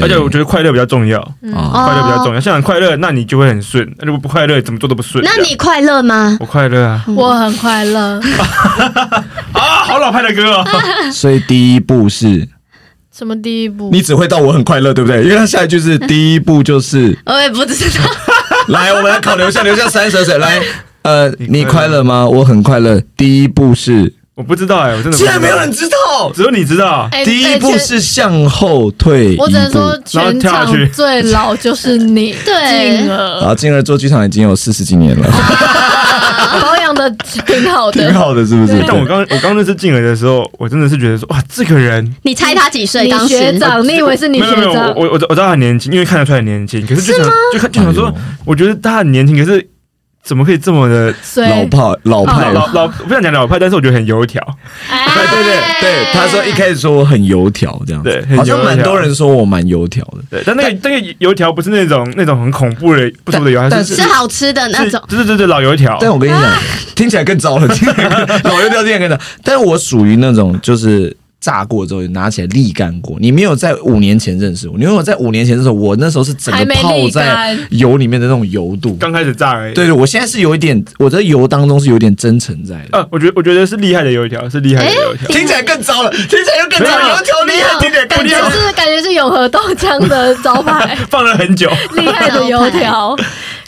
S5: 而且我觉得快乐比较重要，
S2: 嗯
S1: 啊，
S3: 哦
S5: 快乐比较重要。现场快乐，那你就会很顺；那如果不快乐，怎么做都不顺。
S3: 那
S5: 这
S3: 你
S5: 样
S3: 快乐吗？
S5: 我快乐啊！
S2: 我很快乐。
S5: 啊，好老派的歌哦，
S2: 嗯
S1: 所以第一步是
S2: 什么第一步？
S1: 你只会到我很快乐，对不对？因为他下一句
S2: (laughs)
S1: 是第一步就是。
S3: 我也不知道，
S1: 来，我们来考留下，留下三十岁。来，呃，你
S5: 你快
S1: 快
S5: 乐
S1: 乐吗？我很快乐。第一步是
S5: (laughs) 我不知道哎、我真的不
S1: 竟
S5: 知道
S1: 然没有人知道。
S5: 只有你知道。
S2: 哎
S1: 第一
S2: 哎
S1: 步
S2: 全
S1: 是向后退一步，
S2: 我只能说，
S5: 然后
S2: 全
S5: 跳下去
S2: 场最老就是 (laughs) 你，
S3: 对
S2: 静儿
S1: 啊，进而做剧场已经有四十几年了，
S2: 保养的挺
S1: (laughs)
S2: 好
S5: (laughs)
S1: 挺
S2: 的。
S1: 好的，是不是？
S5: 但我刚我刚认识静儿的时候，我真的是觉得说，哇，这个人
S3: 你猜他几岁？
S2: 你
S3: 当时
S2: 学长，你以为是你
S5: 没有没
S2: 学
S5: 有，我
S2: 长？
S5: 我我我知道他很年轻，因为看得出来很年轻，可是就想就看就想说
S1: 哎，
S5: 我觉得他很年轻，可是怎么可以这么的
S2: 所以
S1: 老炮老派
S5: 老
S1: 了。
S5: 老老？我不想讲老派，但是我觉得很油条。
S2: 哎
S1: 对对对对，他说一开始说我很油条这样子，
S5: 对很油
S1: 好像蛮
S5: 条
S1: 多人说我蛮油条的。
S5: 对，但那个那个油条不是那种那种很恐怖的不舒服的油条，
S1: 但
S5: 是
S3: 是好吃的那种，
S5: 对对对对，老油条。
S1: 但我跟你讲，
S2: 啊
S1: 听起来更
S2: (laughs)
S1: 糟了，听起来更老油条听起来更糟。但我属于那种就是炸过之后拿起来沥干过。你没有在五年前认识我，你如果在五年前的时候，我那时候是整
S2: 还
S1: 个
S2: 没
S1: 泡
S2: 沥
S1: 在 (laughs)
S2: 干
S1: 油里面的那种油度。
S5: 刚开始炸而已。
S1: 对对，我现在是有一点，我在油当中是有点真诚在的。
S5: 呃，我觉得我觉得是厉害的油条，是厉害的油条。
S1: 听起来更糟了，听起来又更糟，
S5: 没有
S1: 油条厉害，听起来更
S2: 感
S1: 厉害
S2: 觉。是感觉是永和豆浆的招牌，
S5: 放了很久，
S2: 厉害的油
S1: (laughs)
S2: 条，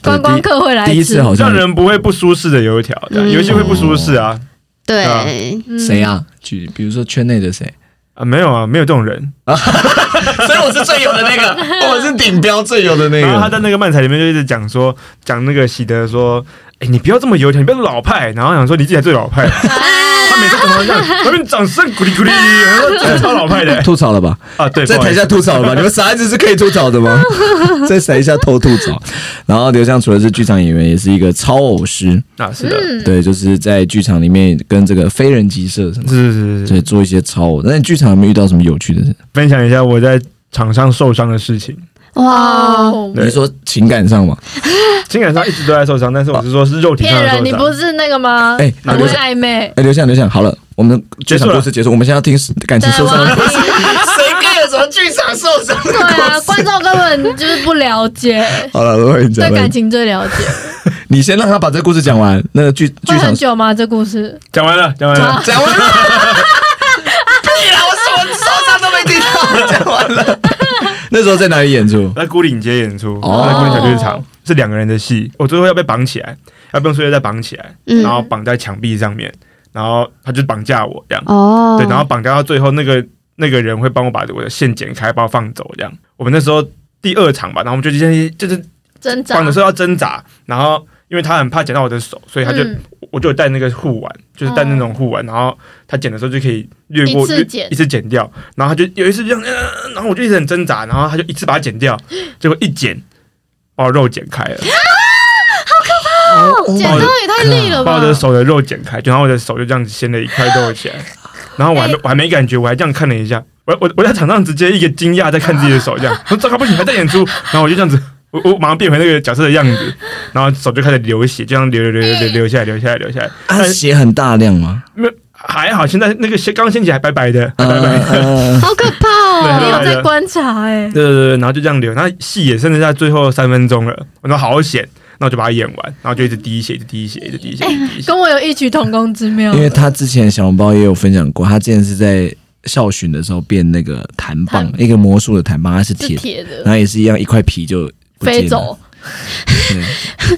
S2: 观光客会来吃。
S1: 第一次好像
S5: 让人不会不舒适的油条，对啊
S3: 嗯
S5: 有一些会不舒适啊
S3: 对，
S2: 嗯
S1: 谁？啊？举比如说圈内的
S5: (laughs)
S1: 谁？
S5: 啊，没有啊，没有这种人。
S1: 所以我是最油的那个，我是顶标最油的那
S5: (laughs) 然后他
S1: 个。
S5: 在那个漫才里面就一直讲说，讲那个喜德说，哎，你不要这么油条，你不要老派。然后想说你自己才最
S2: (laughs)
S5: 老派，他每次怎么这样，旁边掌声鼓励鼓励，然后真的超老派 (laughs) 的
S1: 吐槽了吧，
S5: 啊，
S2: 哎
S5: 对，
S1: 在
S5: 不好
S1: 台
S5: 意思
S1: 下吐槽了吧？你们傻孩子是可以吐槽的
S2: (laughs)
S1: 吗？在台下偷吐槽。然后刘向除了是剧场演员，也是一个超偶师，
S5: 啊，是
S2: 嗯
S5: 的，
S1: 对，就是在剧场里面跟这个非人机社什么，
S5: 是是是是，
S1: 对，做一些超偶。那你剧场有没有遇到什么有趣的事？
S5: 分享一下我在场上受伤的事情。
S3: 哇，
S2: 哦，
S1: 你是说情感上嘛？
S5: 情感上一直都在受伤，但是我是说是肉体上
S2: 骗
S5: 的受
S2: 人！你不
S5: 伤。
S2: 是那个吗？
S1: 哎
S2: 很
S1: 刘
S2: 会
S1: 翔
S2: 暧昧。
S1: 哎，刘向，刘向，好了，我们剧场故事结束，我们现在要听感情
S2: 对，
S1: 受
S2: 我
S1: 伤的
S2: 要
S1: 故事。(laughs)
S2: 听
S1: 谁跟有什么剧场受伤的
S2: 对啊，观众根本就是不
S1: (laughs)
S2: 了解，
S1: 好了，我跟你
S2: 对
S1: 讲，
S2: 感情最了解。
S1: 你先让他把这故事讲完。那个剧剧
S2: 会
S1: 场
S2: 很久吗？这故事？
S5: 讲完了，讲完了，
S1: 讲完了，屁啦，我什么受伤都没听到，讲完了。那时候在哪里演出？
S5: 在孤岭街演出，
S1: 哦
S5: 在孤岭小剧场是两个人的戏，我最后要被绑起来，要被用塑料袋绑起来，
S3: 嗯
S5: 然后绑在墙壁上面，然后他就绑架我这样，
S3: 哦，
S5: 对，然后绑架到最后，那个那个人会帮我把我的线剪开，把我放走这样。我们那时候第二场吧，然后我们就就是就是
S2: 挣扎
S5: 绑的时候要挣扎，然后因为他很怕剪到我的手，所以他就
S2: 嗯
S5: 我就有带那个护腕，就是带那种护腕，然后他剪的时候就可以略过
S2: 一次
S5: 略
S2: 剪
S5: 一次剪掉，然后他就有一次这样，呃然后我就一直很挣扎，然后他就一次把它剪
S2: (laughs)
S5: 掉，结果一剪把我肉剪开了，
S1: 哦
S2: 剪刀也太利了
S5: 把
S2: 吧
S5: 嗯我！的手的肉剪开，就然后我的手就这样子掀了一块肉起来，然
S2: (laughs)
S5: 后我还没我还没感觉，我还这样看了一下，我我我在场上直接一个惊讶在看自己的手，这样，我说糟糕不行还在演出，然后我就这样子。我我马上变回那个角色的样子，然后手就开始流血，就这样流流流流流流下来，流下来，流下来。
S1: 啊，血很大量吗？
S5: 没有还好，现在那个先刚掀起来白白的，白白的，
S1: 呃，
S3: 好可怕哦！
S2: 你有在观察哎，
S5: 对对对，然后就这样流，然后戏也剩下最后三分钟了，我说好险，那我就把它演完，然后就一直滴血，一直滴血，一直滴
S2: 哎
S5: 血，一直滴血。
S2: 跟我有异曲同工之妙
S1: 因。为他之前小笼包也有分享过，他之前是在校巡的时候变那个弹棒，
S2: 弹
S1: 一个魔术的弹棒，它是
S2: 是
S1: 铁，
S2: 铁的
S1: 然，后也是一样，一块皮就不见了
S2: 飞走。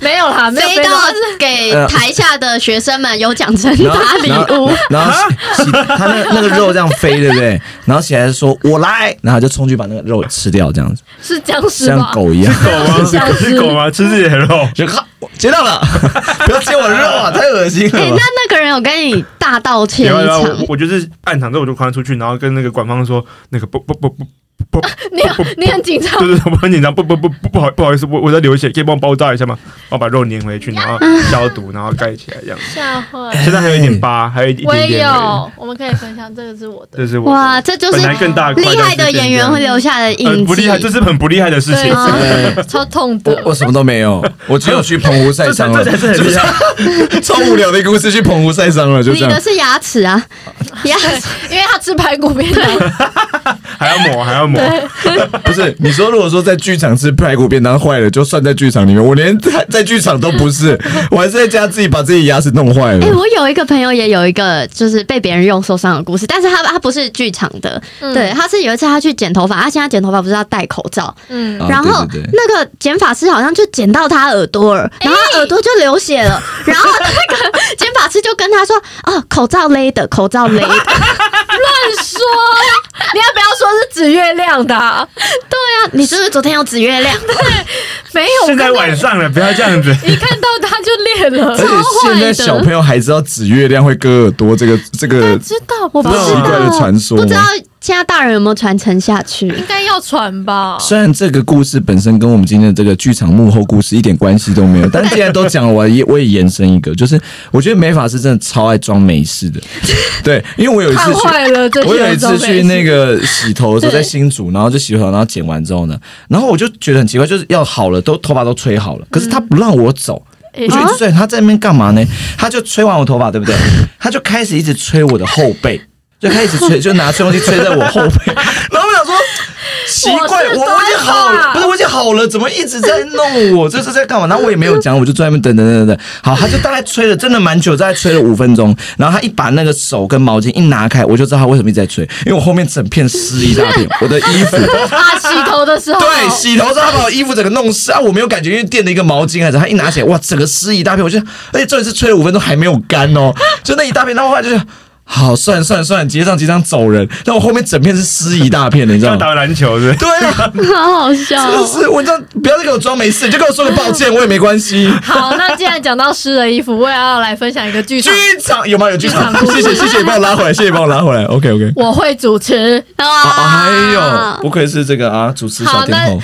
S2: 没有 (laughs) 啦，没有
S3: 飞
S2: 飞走
S3: 到，给台下的学生们有奖征
S1: 然后
S5: 呃
S3: 答礼
S1: 然后
S3: 物，
S1: 然后
S2: (laughs)
S1: 洗他那那个肉这样飞，对不对？然后起来说“我来”，然后他就冲去把那个肉吃掉，这样子
S2: 是僵尸
S1: 像
S2: 吧？
S1: 狗一样。
S2: 啊
S5: 狗吗？是狗啊吗？吃自己的肉，
S1: 就哈，我接到了， (laughs) 不要接我的肉啊，太恶心
S3: 哎、
S1: 了吧
S3: 那。那个人有跟你大道歉
S5: 然后
S3: 一
S5: 然后
S3: 场
S5: 啊我，我就是暗场之后我就狂出去，然后跟那个管方说那个不不不不。不，
S2: (laughs) 你你很紧张
S5: 就，是我很紧张，不不不不不好不好意思，我我在流血，可以帮我包扎一下吗？我把肉粘回去，然后消毒，然后盖起来这样。
S2: 吓坏。
S5: 现在还有一点疤，还有一点
S2: 我
S5: 点
S2: 也
S5: 点而
S2: 有，我们可以分享，这个是我的。
S5: 已，这是我
S3: 哇，这就是
S5: 本来更大块
S3: 厉害的演员会留下的
S5: 呃
S3: 印
S5: 不
S3: 记
S5: 厉。害，这是很不厉害的事
S2: 对
S5: 情，
S2: 啊
S1: 哎
S2: 超痛
S1: 我
S2: 的。
S1: 我什么都没有，我只有去澎湖晒
S5: 这
S1: 伤
S5: 才这
S1: 了，
S5: 才是很厉害。
S1: (laughs) 超无聊的一个故事，去澎湖晒伤了，就
S3: 你
S1: 这样 (laughs)
S3: 的。是牙齿啊，牙齿
S2: 因为他吃排骨便当，
S5: (laughs)
S3: (laughs)
S5: 还要抹，还要按摩，
S1: 不是你说，如果说在剧场吃排骨便当坏了，就算在剧场里面，我连在在剧场都不是，我还是在家自己把自己牙齿弄坏了。
S3: 哎、我有一个朋友也有一个就是被别人用受伤的故事，但是他他不是剧场的，
S2: 嗯
S3: 对，他是有一次他去剪头发，他现在剪头发不是要戴口罩，
S2: 嗯，
S1: 啊
S3: 然后
S1: 对对对
S3: 那个剪发师好像就剪到他耳朵了，
S2: 哎
S3: 然后他耳朵就流血了，然后那个剪发师就
S2: (laughs)
S3: 跟他说：“哦，口罩勒的，口罩勒的。”啊
S2: 乱说，你要不要说是指月亮的啊、
S3: 对啊，你是不是昨天有指月亮？
S2: 没有，
S5: (laughs) 现在
S2: 我看到
S5: 晚上了，不要这样子。
S2: 一看到他就裂
S5: (laughs)
S2: 了
S1: 而，且现在小朋友还知道指月亮会割耳朵这个这
S2: 他
S1: 个
S2: 知道 (laughs) 我
S1: 这
S2: 不
S1: 么
S2: 知
S1: 奇怪
S2: 道，
S1: 的传说
S3: 不知道
S1: 吗？
S3: 现在大人有没有传承下去？
S2: 应该要传吧？
S1: 虽然这个故事本身跟我们今天的这个剧场幕后故事一点关系都没有，但既然都讲了，我也我也延伸一个，就是我觉得美发师真的超爱装没事
S2: (laughs)
S1: 的，对，因为我有一次
S2: 看
S1: 去，
S2: 坏了这
S1: 我
S2: 些
S1: 有一
S2: 人都
S1: 次去那
S2: 个，
S1: 个洗头的时候，在新竹，然后就洗头，然后剪完之后呢，然后我就觉得很奇怪，就是要好了，都头发都吹好了，可是他不让我走。
S2: 嗯哎
S1: 我就一直吹，他在那边干嘛呢？他就吹完我头发，对不
S2: (laughs)
S1: 对？他就开始一直吹我的后背，就开始吹，就拿吹风机吹在我后背。 (laughs) 然后我想说，奇怪，
S2: 我是啊
S1: 我我已经好
S2: 短
S1: 了，
S2: 发
S1: 不是我已经好了，怎么一直在弄我？ (laughs) 这是在干嘛？然后我也没有讲，我就坐在那边等等等等等。好，他就大概吹了，真的蛮久，大概吹了五分钟。然后他一把那个手跟毛巾一拿开，我就知道他为什么一直在吹，因为我后面整片湿一大片，我的衣
S2: (laughs)
S1: 服。
S2: 啊，洗头的时候，
S1: 对，洗头之后他把我衣服整个弄湿啊，我没有感觉，因为垫了一个毛巾还是他一拿起来，哇，整个湿一大片，我就，而且重点是吹了五分钟还没有干哦，就那一大片，然后后来就是。好，算了算了算了，结账结账走人。但我后面整片是湿一大片的，你知道
S5: 要
S1: 吗？
S5: 打篮球是不是？
S1: 对啊，
S3: 好好笑
S2: 哦
S1: 真的是，我这不要再给我装没事，你就跟我说个抱歉，我也没关
S2: (laughs)
S1: 系。
S2: 好，那既然讲到湿的衣服，我也要来分享一个剧
S1: 剧
S2: 场。
S1: 场有吗？有剧场
S2: 剧场，故
S1: (laughs) 谢谢谢谢，你帮我拉回来，谢谢你帮我拉回来。OK OK。
S2: 我会主持。
S1: 哎呦，不愧是这个啊，主持小
S2: 好
S1: 天后。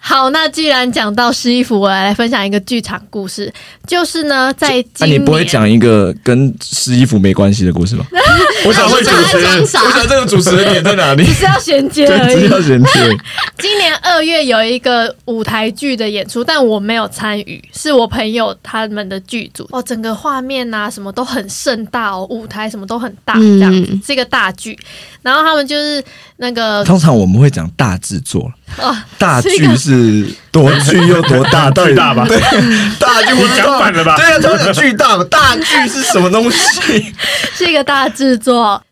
S2: 好，那既然讲到湿衣服，我来分享一个剧场故事，就是呢，在
S1: 那、
S2: 今
S1: 啊你
S2: 年、
S1: 不会讲一个跟湿衣服没关系的故事吧？
S5: 我想会主持
S3: 装傻
S1: 我想这个主持人点在哪里？
S2: 是要衔接而
S1: 对，
S2: 已
S1: 只。要衔接。
S2: 今年二月有一个舞台剧的演出，但我没有参与，是我朋友他们的剧组哦，整个画面啊什么都很盛大哦，舞台什么都很大，
S3: 嗯
S2: 这样子、是一个大剧。然后他们就是那个
S1: 通常我们会讲大制作，
S2: 哦，
S1: 大
S2: 是一个
S1: 剧是 (laughs) 多巨又多大，到底
S5: 巨大吧
S1: 对，大剧我知道
S5: 你讲反了吧
S1: 对啊，他们讲巨大嘛，大剧是什么东西？
S2: 是一个大制作。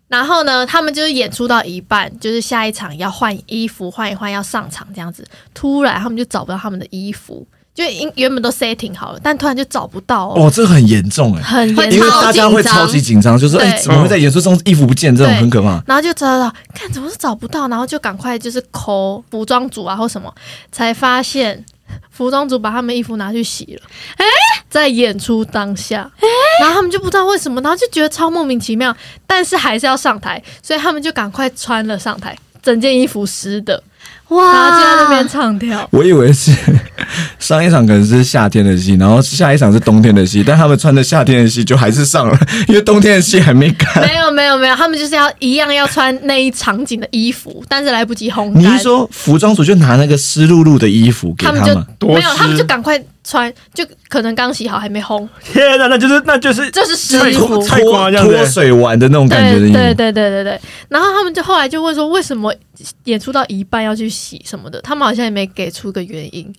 S2: 然后呢，他们就是演出到一半，就是下一场要换衣服，换一换要上场这样子。突然他们就找不到他们的衣服，就因原本都 setting 好了，但突然就找不到哦，
S1: (laughs) 哦，这很严重哎，
S2: 很严
S1: 因
S2: 重
S1: 为。大家会超级紧张，就是
S2: 对
S1: 哎，怎么会在演出中衣服不见？这种
S2: 对
S1: 很可怕。
S2: 然后就找到，看怎么是找不到，然后就赶快就是抠服装组啊或什么，才发现服装组把他们衣服拿去洗了。哎、在演出当下，然后他们就不知道为什么，然后就觉得超莫名其妙，但是还是要上台，所以他们就赶快穿了上台。整件衣服湿的，然后就在那边
S3: 哇！
S2: 唱
S5: 哦
S2: 跳，
S1: 我以为是上一场可能是夏天的戏，然后下一场是冬天的戏，但他们穿着夏天的戏就还是上了，因为冬天的戏还没干。
S2: 没有没有没有，他们就是要一样要穿那一场景的衣服，但是来不及烘干。
S1: 你是说服装组就拿那个湿漉漉的衣服给
S2: 他们
S1: 们？
S2: 就
S5: 多
S2: 没有，他们
S5: 湿
S2: 就赶快穿，就可能刚洗好还没烘，
S5: 天哪，那就是那就是
S2: 这是湿衣
S1: 脱
S2: 服。
S5: 太夸张了
S1: 脱水完的那种 (laughs) 感觉的
S2: 对
S1: 衣服。
S2: 对对对对对，然后他们就后来就问说，为什么演出到一半要去洗什么的？他们好像也没给出个原因，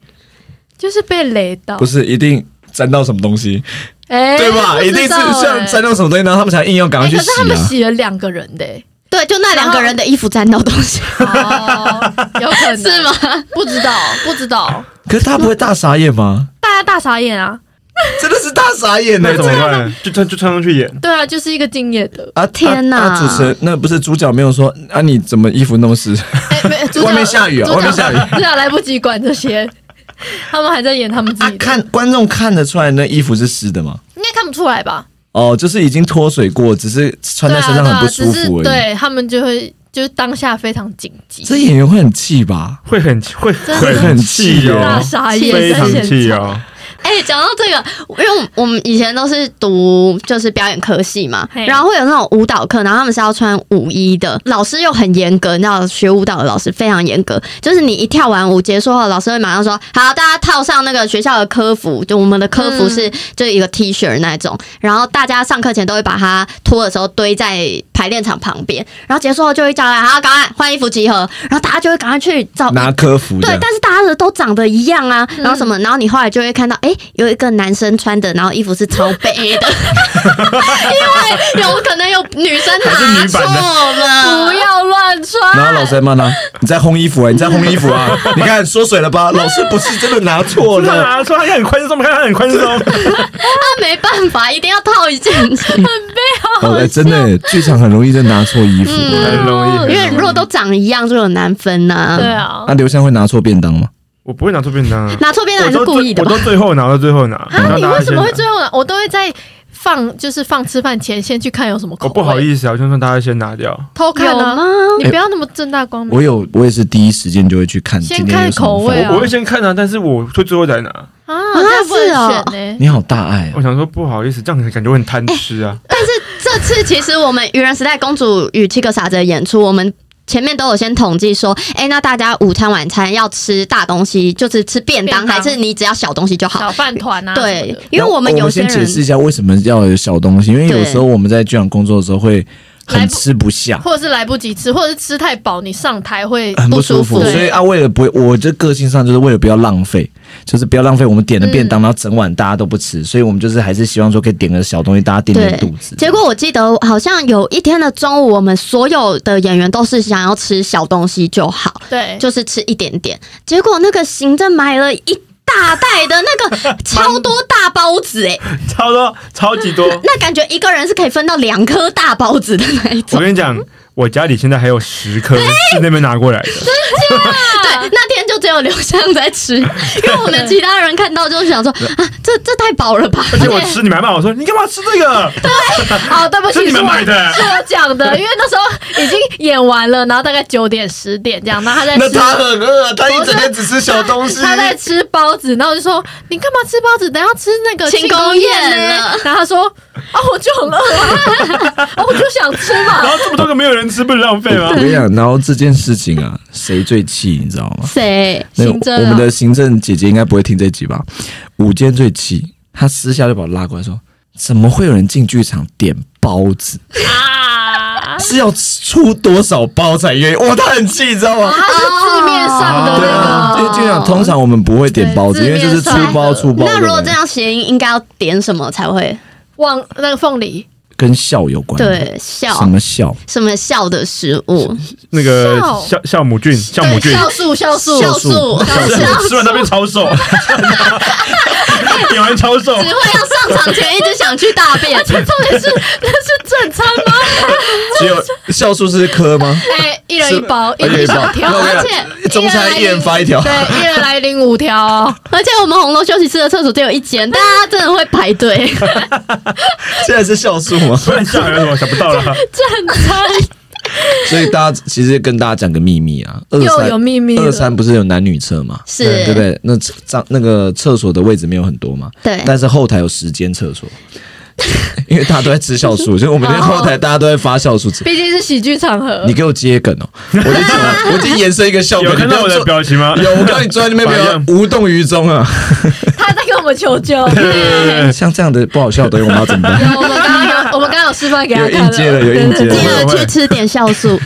S2: 就是被雷到
S1: 不，是一定沾到什么东西，
S2: 哎、
S1: 对吧？
S2: 不
S1: 一
S2: 知
S1: 定是
S2: 道
S1: 像
S2: 哎
S1: 沾到什么东西，然后他们才硬要赶
S2: 哎、
S1: 快去
S2: 可
S1: 洗
S2: 是他们
S1: 啊。
S2: 洗了两个人的、哎
S3: 对，就那两个人的衣服沾到东西，
S2: 哦，有可
S1: (laughs)
S2: 能
S3: 是？吗？
S2: 不知道，不知道，
S1: 可是他不会大傻眼吗？
S2: 大家大傻眼啊！
S1: 真的是大傻眼呢
S5: 那！怎么办？就穿就穿上去演，
S2: 对啊，就是一个敬业的，
S1: 啊
S3: 天哪
S1: 哪！啊主持人那不是主角没有说啊？你怎么衣服弄湿？
S2: 哎、
S1: (laughs)
S2: 没，主角
S1: 外面下雨啊
S2: 主角
S1: 外面下雨
S2: (laughs) 主角来不及管这些，他们还在演他们自
S1: 啊
S2: 己，的，
S1: 看观众看得出来那衣服是湿的吗？
S2: 应该看不出来吧？
S1: 哦，就是已经脱水过，只是穿在身上很不舒服
S2: 对啊对啊只
S1: 而已。
S2: 是对他们就会就是当下非常紧急，
S1: 这演员会很气吧？
S5: 会很会
S2: 真的
S5: 会很气
S1: 对
S2: 大
S5: 哦，
S3: 啊
S2: 傻眼，
S5: 非
S2: 在
S5: 常
S2: 现
S5: 气
S2: 场。
S5: 哦。
S3: 哎、 (laughs) 哎，讲到这个，因为我们我们以前都是读就是表演科系嘛，
S2: 嘿
S3: 然后会有那种舞蹈课，然后他们是要穿舞衣的，老师又很严格，你知道学舞蹈的老师非常严格，就是你一跳完舞结束后，老师会马上说好，大家套上那个学校的科服，就我们的科服
S2: 嗯
S3: 是就一个 T 恤那种，然后大家上课前都会把它脱的时候堆在排练场旁边，然后结束后就会叫大家好，赶快换衣服集合，然后大家就会赶快去
S2: 哦
S3: 找哎
S1: 拿科服
S3: 对
S1: 的，，
S3: 但是大家的都长得一样啊，然后什么，然后你后来就会看到，哎、有一个男生穿的，然后衣服是超背的，因为有可能有女生
S5: 还是
S3: 拿
S5: 女
S3: 错
S5: 版的
S3: 了，
S2: 不要乱
S1: (laughs) 然后
S2: 穿。
S1: 老师还骂他：“你在烘衣服啊，你在烘衣服
S2: (laughs)
S1: 啊！你看缩水了吧？老师不是真的拿错
S5: 他
S2: (laughs)
S1: 了。
S5: 拿出来他很宽松，看他很宽
S3: (laughs)
S5: 松，
S3: 那没办法，一定要套一件，
S1: 哦”哎，真的耶，剧场很容易就拿错衣服。啊
S5: 很容易。
S3: 嗯因为如果都长一样就有难分呐、
S2: 对啊
S1: 嗯那，刘湘会拿错便当吗？
S5: 我不会拿错便
S3: (laughs)
S5: 当啊，
S3: 拿错边的
S5: 我
S3: 还是
S5: 都
S3: 故意的
S5: 我
S3: 吧？
S5: 都最后拿，我都最后拿。然
S2: 啊，
S5: 后
S2: 你
S5: 大家
S2: 为什么会
S5: 先拿
S2: 最后呢？我都会在放，就是放吃饭前先去看有什么口
S5: 我
S2: 味。
S5: 不好意思啊，我就让大家先拿掉。
S2: 偷看
S3: 有
S2: 啊
S3: 吗？？
S2: 你不要那么正大光明
S1: 我有，我也是第一时间就会去看。
S2: 嗯先
S1: 今天有什么
S2: 看口味对啊
S5: 我会先看啊，但是我会最后再拿。
S2: 啊！那不
S3: 是
S2: 能
S3: 哦
S2: 选呢。
S1: 你好大爱
S5: 我
S1: 哦，
S5: 想说不好意思，这样感觉我很贪吃啊。
S3: 这次其实我们愚人时代公主与七个傻子的演出，我们。前面都有先统计说，哎、那大家午餐、晚餐要吃大东西，就是吃便当，
S2: 便当
S3: 还是你只要小东西就好？
S2: 小饭团啊，什么
S3: 对
S2: 的，
S3: 因为我们有些
S1: 先解释一
S3: 人
S1: 下为什么要有小东西，因为
S3: 对
S1: 有时候我们在剧场工作的时候会
S2: 来
S1: 很
S2: 不
S1: 吃不下。
S2: 或者是来不及吃，或者是吃太饱，你上台会
S1: 很不舒
S3: 不
S1: 服，
S3: 舒服
S1: 所以啊，为了不，我这个性上就是为了不要浪费，就是不要浪费我们点的便当，然后整碗大家都不吃，所以我们就是还是希望说可以点个小东西，大家垫垫肚子。
S3: 结果我记得好像有一天的中午，我们所有的演员都是想要吃小东西就好，
S2: 对，
S3: 就是吃一点点。结果那个行政买了一大袋的那个超多大包子、欸，
S5: (laughs)
S3: 哎，
S5: 超多，超级
S2: (laughs)
S5: 多。
S3: 那感觉一个人是可以分到两颗大包子的那一
S5: 我
S3: 种。
S5: 跟你讲，我家里现在还有十
S2: 哎
S5: 颗是那边拿过来
S2: (laughs)
S5: 的，
S3: 对，那天就只有刘翔在吃，因为我们其他人看到就
S1: (laughs)
S3: 想说啊，这这太饱了吧。
S5: 而且我吃你们还骂我说你干嘛吃这个？
S2: 哦，对不起，
S5: 是你
S2: 是
S5: 们
S2: 我
S5: 买的
S2: 是我讲的，因为那时候已经演完了，然后大概九点十点这样，然后他在
S1: 那
S2: 吃。
S1: 他很饿，他一整天只吃小东
S5: 嗯
S1: 西。
S2: 他在吃包子，然后我就说：“你干嘛吃包子？等一下吃那个
S3: 庆
S2: 庆
S3: 功
S2: 功宴
S3: 宴
S2: 呢
S3: 了。”
S2: 然后他说：“哦，我就
S5: (laughs)
S2: 很饿啊，哦我就想吃
S5: 然
S2: 嘛。
S5: 后这么多个没有人吃，不能浪费吗
S2: (laughs)
S1: 我？跟你讲，然后这件事情啊，谁最气，你知道吗？
S3: 谁？
S1: 那
S2: 行政啊
S1: 我们的行政姐姐应该不会听这集吧？午间最气，她私下就把我拉过来说：“怎么会有人进剧场点包子？”
S2: 啊，
S1: 是要出多少包才愿意？哇，他很气，你知道吗？
S2: 他是字面上的
S1: 对
S2: 那
S1: 啊，
S2: 个，
S1: 因为剧场通常我们不会点包子，
S2: 对
S1: 因为这是粗包粗包的。
S3: 那如果这样谐音，应该要点什么才会
S2: 忘那个凤梨
S1: 跟笑有关，，
S3: 对笑？
S1: 什么笑？
S3: 什么笑的食物？
S5: 那个
S2: 酵
S5: 酵酵母菌，酵母菌
S3: 对，酵素、酵素、
S1: 酵素
S3: 酵素，
S5: 吃完那边
S2: (laughs)
S5: 超瘦，点完超瘦，
S3: 只会要上场前
S5: (laughs)
S3: 一直想去大便，
S2: 重点是那是正餐吗？
S1: 只有酵素是颗吗？
S2: (laughs) 哎，一人一包，一
S1: 而且
S2: 人一
S1: 一包
S2: 小条，
S1: 那我跟你
S2: 而
S1: 讲
S2: 且
S1: 中餐一人发一条
S2: 对，一人来领五条哦。
S3: 而且我们红楼休息室的厕所只有一间，大家真的会排
S5: (laughs)
S3: 队。
S1: (laughs) 现在是酵素吗？
S5: 不然下还有什么想不到了？
S2: 正餐
S1: 所以大家其实跟大家讲个秘密啊，二
S2: 又
S1: 三
S2: 有秘密了
S1: 二三不是有男女厕嘛？
S3: 是
S1: 对不对？那厕脏那个厕所的位置没有很多嘛？
S3: 对
S1: 但是后台有十间厕所， (laughs) 因为大家都在吃酵素，所以我们那后台大家都在发酵素吃。
S2: 毕竟是喜剧场合
S1: 你，给我接梗哦！我就讲了，我已经延伸一个笑梗，
S5: 有
S1: 你
S5: 看
S1: 不
S5: 到
S1: 要
S5: 我的
S1: 做。
S5: 表情吗？
S1: 有，我告诉你，坐在那边没
S5: (laughs) 反
S1: 有无动于衷啊！ (laughs)
S2: 他在跟我们求救。
S5: 对
S1: 嗯像这样的不好笑的东西，我们要怎么 (laughs) 办？
S2: 我们刚刚有，我们刚刚有示范给他
S1: 有
S2: 看
S1: 应接了，有应接
S3: 第
S1: 了，
S3: 二去吃点酵
S5: (laughs)
S3: 素，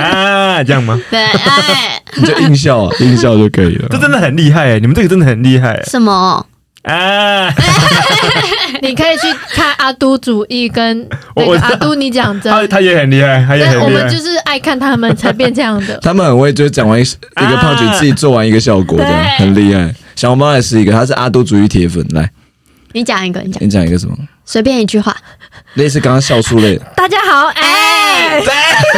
S5: 啊，这样吗？
S3: 对，哎，
S1: 你就硬笑啊，硬笑就可以了
S5: 这。真的很厉害哎，你们这个真的很厉害
S3: 什么？
S5: 哎！啊，
S2: 你可以去看阿都主义跟那
S5: 我
S2: 个阿都，你讲
S1: 呃
S2: 真。
S5: 他他也很厉害，他也
S2: 但
S5: 很
S2: 我
S5: 厉
S2: 们
S5: 害
S2: 就。是爱看他们才变这样的
S1: (laughs) 。他们很会，就是讲完一一个胖
S5: 啊
S1: 曲，自己做完一个效果，这样
S2: 对
S1: 很厉害。小红帽也是一个，他是阿都主义铁粉。来，
S3: 你讲一个，你讲，
S1: 你讲一个什么？
S3: 随便一句话。
S1: 类似刚刚笑出类的。
S2: 大家好，哎、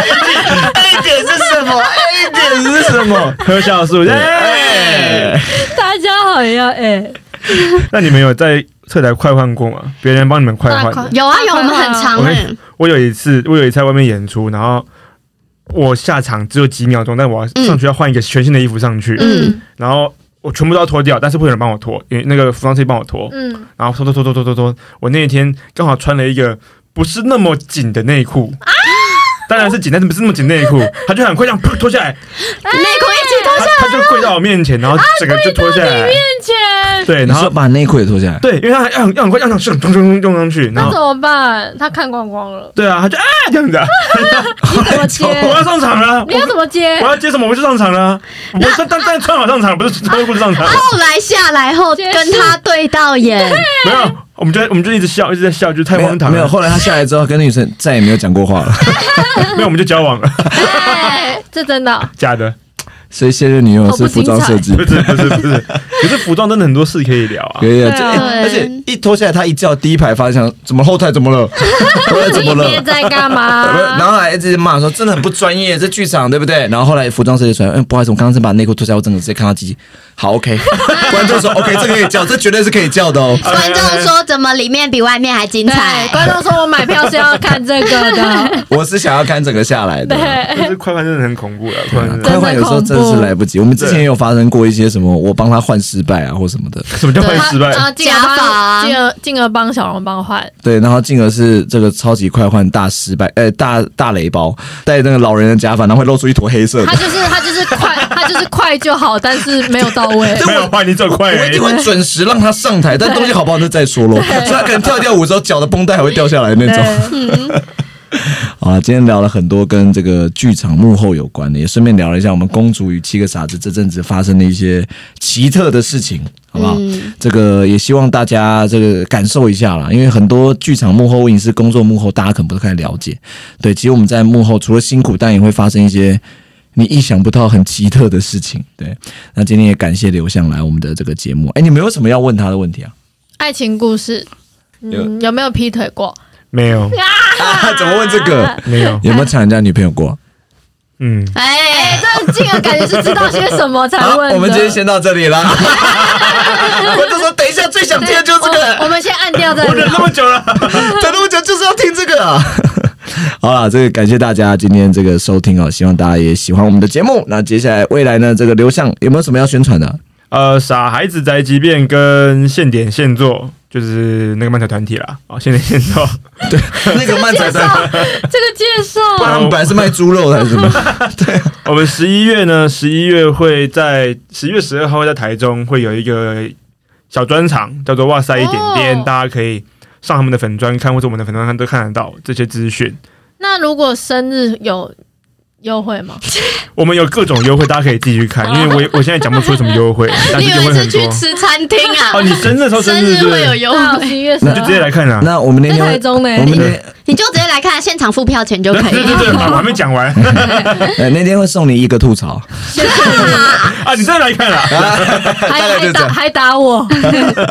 S1: 一点是什么？一点是什么？
S5: 喝酵素，哎！
S2: 大家好呀，哎、
S5: 那你们有在侧台快换过吗？别人帮你们快换
S2: 大
S5: 的
S2: 快？
S3: 有啊有，
S2: 快快
S3: 我们很长
S5: 我跟
S3: 哎，
S5: 我有一次，我有一次在外面演出，然后
S2: 嗯
S5: 我下场只有几秒钟，但我要上去要换一个全新的衣服上去，
S3: 嗯
S5: 然后。我全部都要脱掉，但是不有人帮我脱，因为那个服装设计帮我脱，
S2: 嗯，
S5: 然后脱脱脱脱脱脱脱，我那一天刚好穿了一个不是那么紧的内裤。当然是紧，但是不是那么紧内裤，他就很快这样噗脱下来，
S3: 内裤一起
S5: 他他就跪到我面前，然后整个就脱
S3: 啊
S5: 下来，
S2: 钱
S5: 对，
S1: 你
S5: 哎然后
S1: 说把内裤也脱下来，
S5: 对，因为他要很要很快要很冲冲冲冲上去，然
S1: 哦
S2: 那
S5: 后
S2: 怎么办？他看光
S1: (laughs)
S2: 光了，
S5: 对啊，他就啊这样子
S3: (laughs)
S5: 啊，
S2: 你怎
S1: 哎
S2: 么接？
S5: 我要上场了，
S2: 你要怎么接
S5: 我？要接什么我就上场了，我但但但穿好上场，不是脱裤子上场，
S3: 后来下来后
S2: 结束
S3: 跟他对啊到
S5: (laughs)
S3: 眼，
S5: 没有，我们就我们就一直笑，一直在笑，就太
S1: 没有
S5: 荒唐
S1: 没有。
S5: 了，
S1: 后来他下来之后，跟女生再也没有讲过话了， (laughs)
S5: (laughs) 没有，我们就交往了，
S2: 哎，这真的，
S5: 假的，
S1: 所以现任女友是服装设计
S5: (laughs) 不。是不是不是，可是服装真的很多事可以聊啊
S1: 可，以啊，
S2: 对
S1: 这
S2: 啊
S1: 哎而且一脱下来，他一叫第一排发现想怎么后台怎么
S2: (laughs)
S1: 了，后台怎么
S2: 你
S1: 了 (laughs)
S2: 别？啊在干
S1: 不是然
S2: 嘛？
S1: 后还一直骂说真的很不专业，这剧场对不对？然后后来服装设计出来，嗯，不好意思，我刚刚是把内裤脱下来，我整个直接看到鸡
S2: (laughs)
S1: 鸡。好，OK，观众说 OK，这个可以叫，这绝对是可以叫的哦。
S3: 观众说怎么里面比外面还精彩
S2: 对，？观众说我买票是要看这个
S1: (laughs)
S2: 的，
S1: 我是想要看整个下来的。
S2: 对，
S5: 但是快饭真的很恐怖了，啊快饭真的
S1: (laughs) 快换有时候真的是来不及。我们之前也有发生过一些什么，我帮他换失败啊，或什么的。
S5: 什么叫快失败？
S2: 啊，进而
S3: 假发啊
S2: 帮进而进而帮小龙帮换，
S1: 对，然后进而是这个超级快换大失败，呃，大大雷包，戴那个老人的假发，然后会露出一坨黑色的
S2: (laughs) 他。就是他就是快， (laughs) 他就是快就好，但是没有到位。
S5: 没有快，你走快
S1: 我
S5: 而
S1: 一
S5: 已
S1: 定。会准时让他上台，但东西好不好那再说咯。所以他可能跳一跳舞之后，脚的绷带还会掉下来那种。
S2: 对，
S1: (laughs) 好了，今天聊了很多跟这个剧场幕后有关的，也顺便聊了一下我们《公主与七个傻子》这阵子发生的一些奇特的事情，好不好？这个也希望大家这个感受一下啦，因为很多剧场幕后、影视工作幕后，大家可能不太了解。对，其实我们在幕后除了辛苦，但也会发生一些。你意想不到很奇特的事情，对。那今天也感谢刘向来我们的这个节目。哎，你们有什么要问他的问题啊？
S2: (laughs)
S1: (laughs)
S2: 爱情故事，嗯，有没有劈腿过？
S5: 没有
S1: 啊，怎么问这个？
S5: 没有，
S1: 有没有抢人家女朋友过？
S5: 嗯，
S3: 哎，
S2: 这进而感觉是知道些什么才
S1: 好，
S2: 问的。
S1: 我们今天先到这里了。 (laughs) 我就说，等一下最想听的就是这
S2: 我我
S1: 个，
S2: 们先按掉再
S5: 我忍
S2: 聊
S5: 那。么久了，
S2: 哦
S1: 等那么久就是要听这个啊。 (laughs) 好了，这个感谢大家今天这个收听哦，希望大家也喜欢我们的节目。那接下来未来呢，这个流向有没有什么要宣传
S2: (laughs)
S1: 的？
S5: 呃，傻孩子宅急便跟现点现做，就是那个漫才团体啦。啊，现点现做，
S1: 那个漫仔 (laughs)
S2: 绍
S1: 的，
S2: 这个介绍，
S1: 不然他哦们本来是卖猪肉的还是什么？
S2: (laughs)
S5: 我们十一月呢，十一月会在十一月十二号会在台中会有一个小专场，叫做“哇塞一点点”，
S2: 哦
S5: 大家可以上他们的粉专看，或者我们的粉专看都看得到这些资讯。
S2: 那如果生日有优惠吗？
S5: 我们有各种优惠，大家可以自己去看，因为我我现在讲不出什么
S3: (laughs)
S5: 优惠，但
S3: 哦你
S5: 是
S3: 以
S5: 优惠
S3: 为是
S5: 很多
S3: 去。吃餐厅
S5: 哦，
S3: 啊？
S5: 你生
S3: (laughs)
S5: 日的时候
S3: 生
S5: 日
S3: 日
S5: 是不
S3: 会有啊
S5: 是？
S3: 优
S2: 到
S3: 惠，
S2: 十一月十
S5: 你就直接
S2: 二，
S5: 来看啦。
S1: 那我们那
S2: 在
S1: 天
S2: 台
S1: 会，
S2: 中呢
S1: 我。们那 (laughs)
S3: 你就直接来看，现场付票钱就
S5: 对
S3: 可以
S5: (laughs) 对
S3: 了。
S5: 对，我还没
S1: (laughs)
S5: 讲完
S1: 呃那天会送你一个吐槽。
S5: 啊！你再来看啦。
S1: (laughs)
S2: 还
S1: 大概就
S2: 还
S1: 这
S2: 打
S1: 样
S2: 还打我，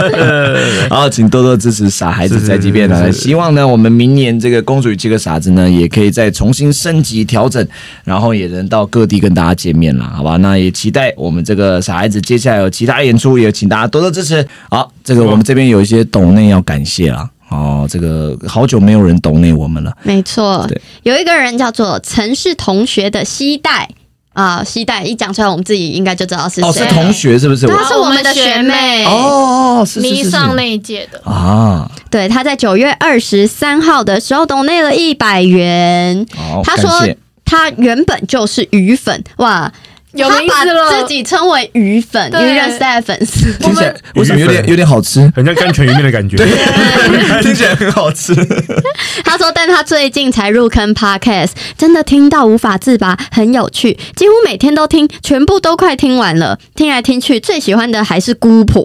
S1: (laughs) 好，请多多支持傻孩子宅急便
S5: 是
S1: 啊！
S5: 是是是
S1: 希望呢，我们明年这个《公主与七个傻子》呢，也可以再重新升级调整，然后也能到各地跟大家见面了，好吧？那也期待我们这个傻孩子接下来有其他演出，也请大家多多支持。好，这个我们这边有一些抖内要感谢
S5: (laughs)
S1: 啦。哦，这个好久没有人抖内我们了，
S3: 没错
S1: 对，
S3: 有一个人叫做陈氏同学的西代啊，西代一讲出来，我们自己应该就知道是
S1: 哦，是
S3: 谁。
S1: 同学是不是？
S3: 对
S1: 我
S3: 她是我们的学妹
S1: 哦哦，哦是是
S2: 迷
S1: 是是
S2: 上那一届的，
S1: 啊，
S3: 对，她在九月二十三号的时候，懂内了一百元。
S1: 好，
S3: 她
S1: 哦感
S3: 说
S1: 谢
S3: 她原本就是鱼粉，哇，
S2: 有
S3: 她
S2: 名
S3: 把
S2: 字了
S3: 自。己称为鱼粉，
S2: 对
S3: 鱼人时代的粉丝。
S1: 听起来为什么有
S5: 鱼
S1: 点
S5: 粉？
S1: 有点好吃
S5: (laughs) 很像甘泉鱼面的感觉。
S1: (laughs) 听起来很好吃。
S3: 他说，但他最近才入坑 podcast，真的听到无法自拔，很有趣，几乎每天都听，全部都快听完了。听来听去，最喜欢的还是姑婆。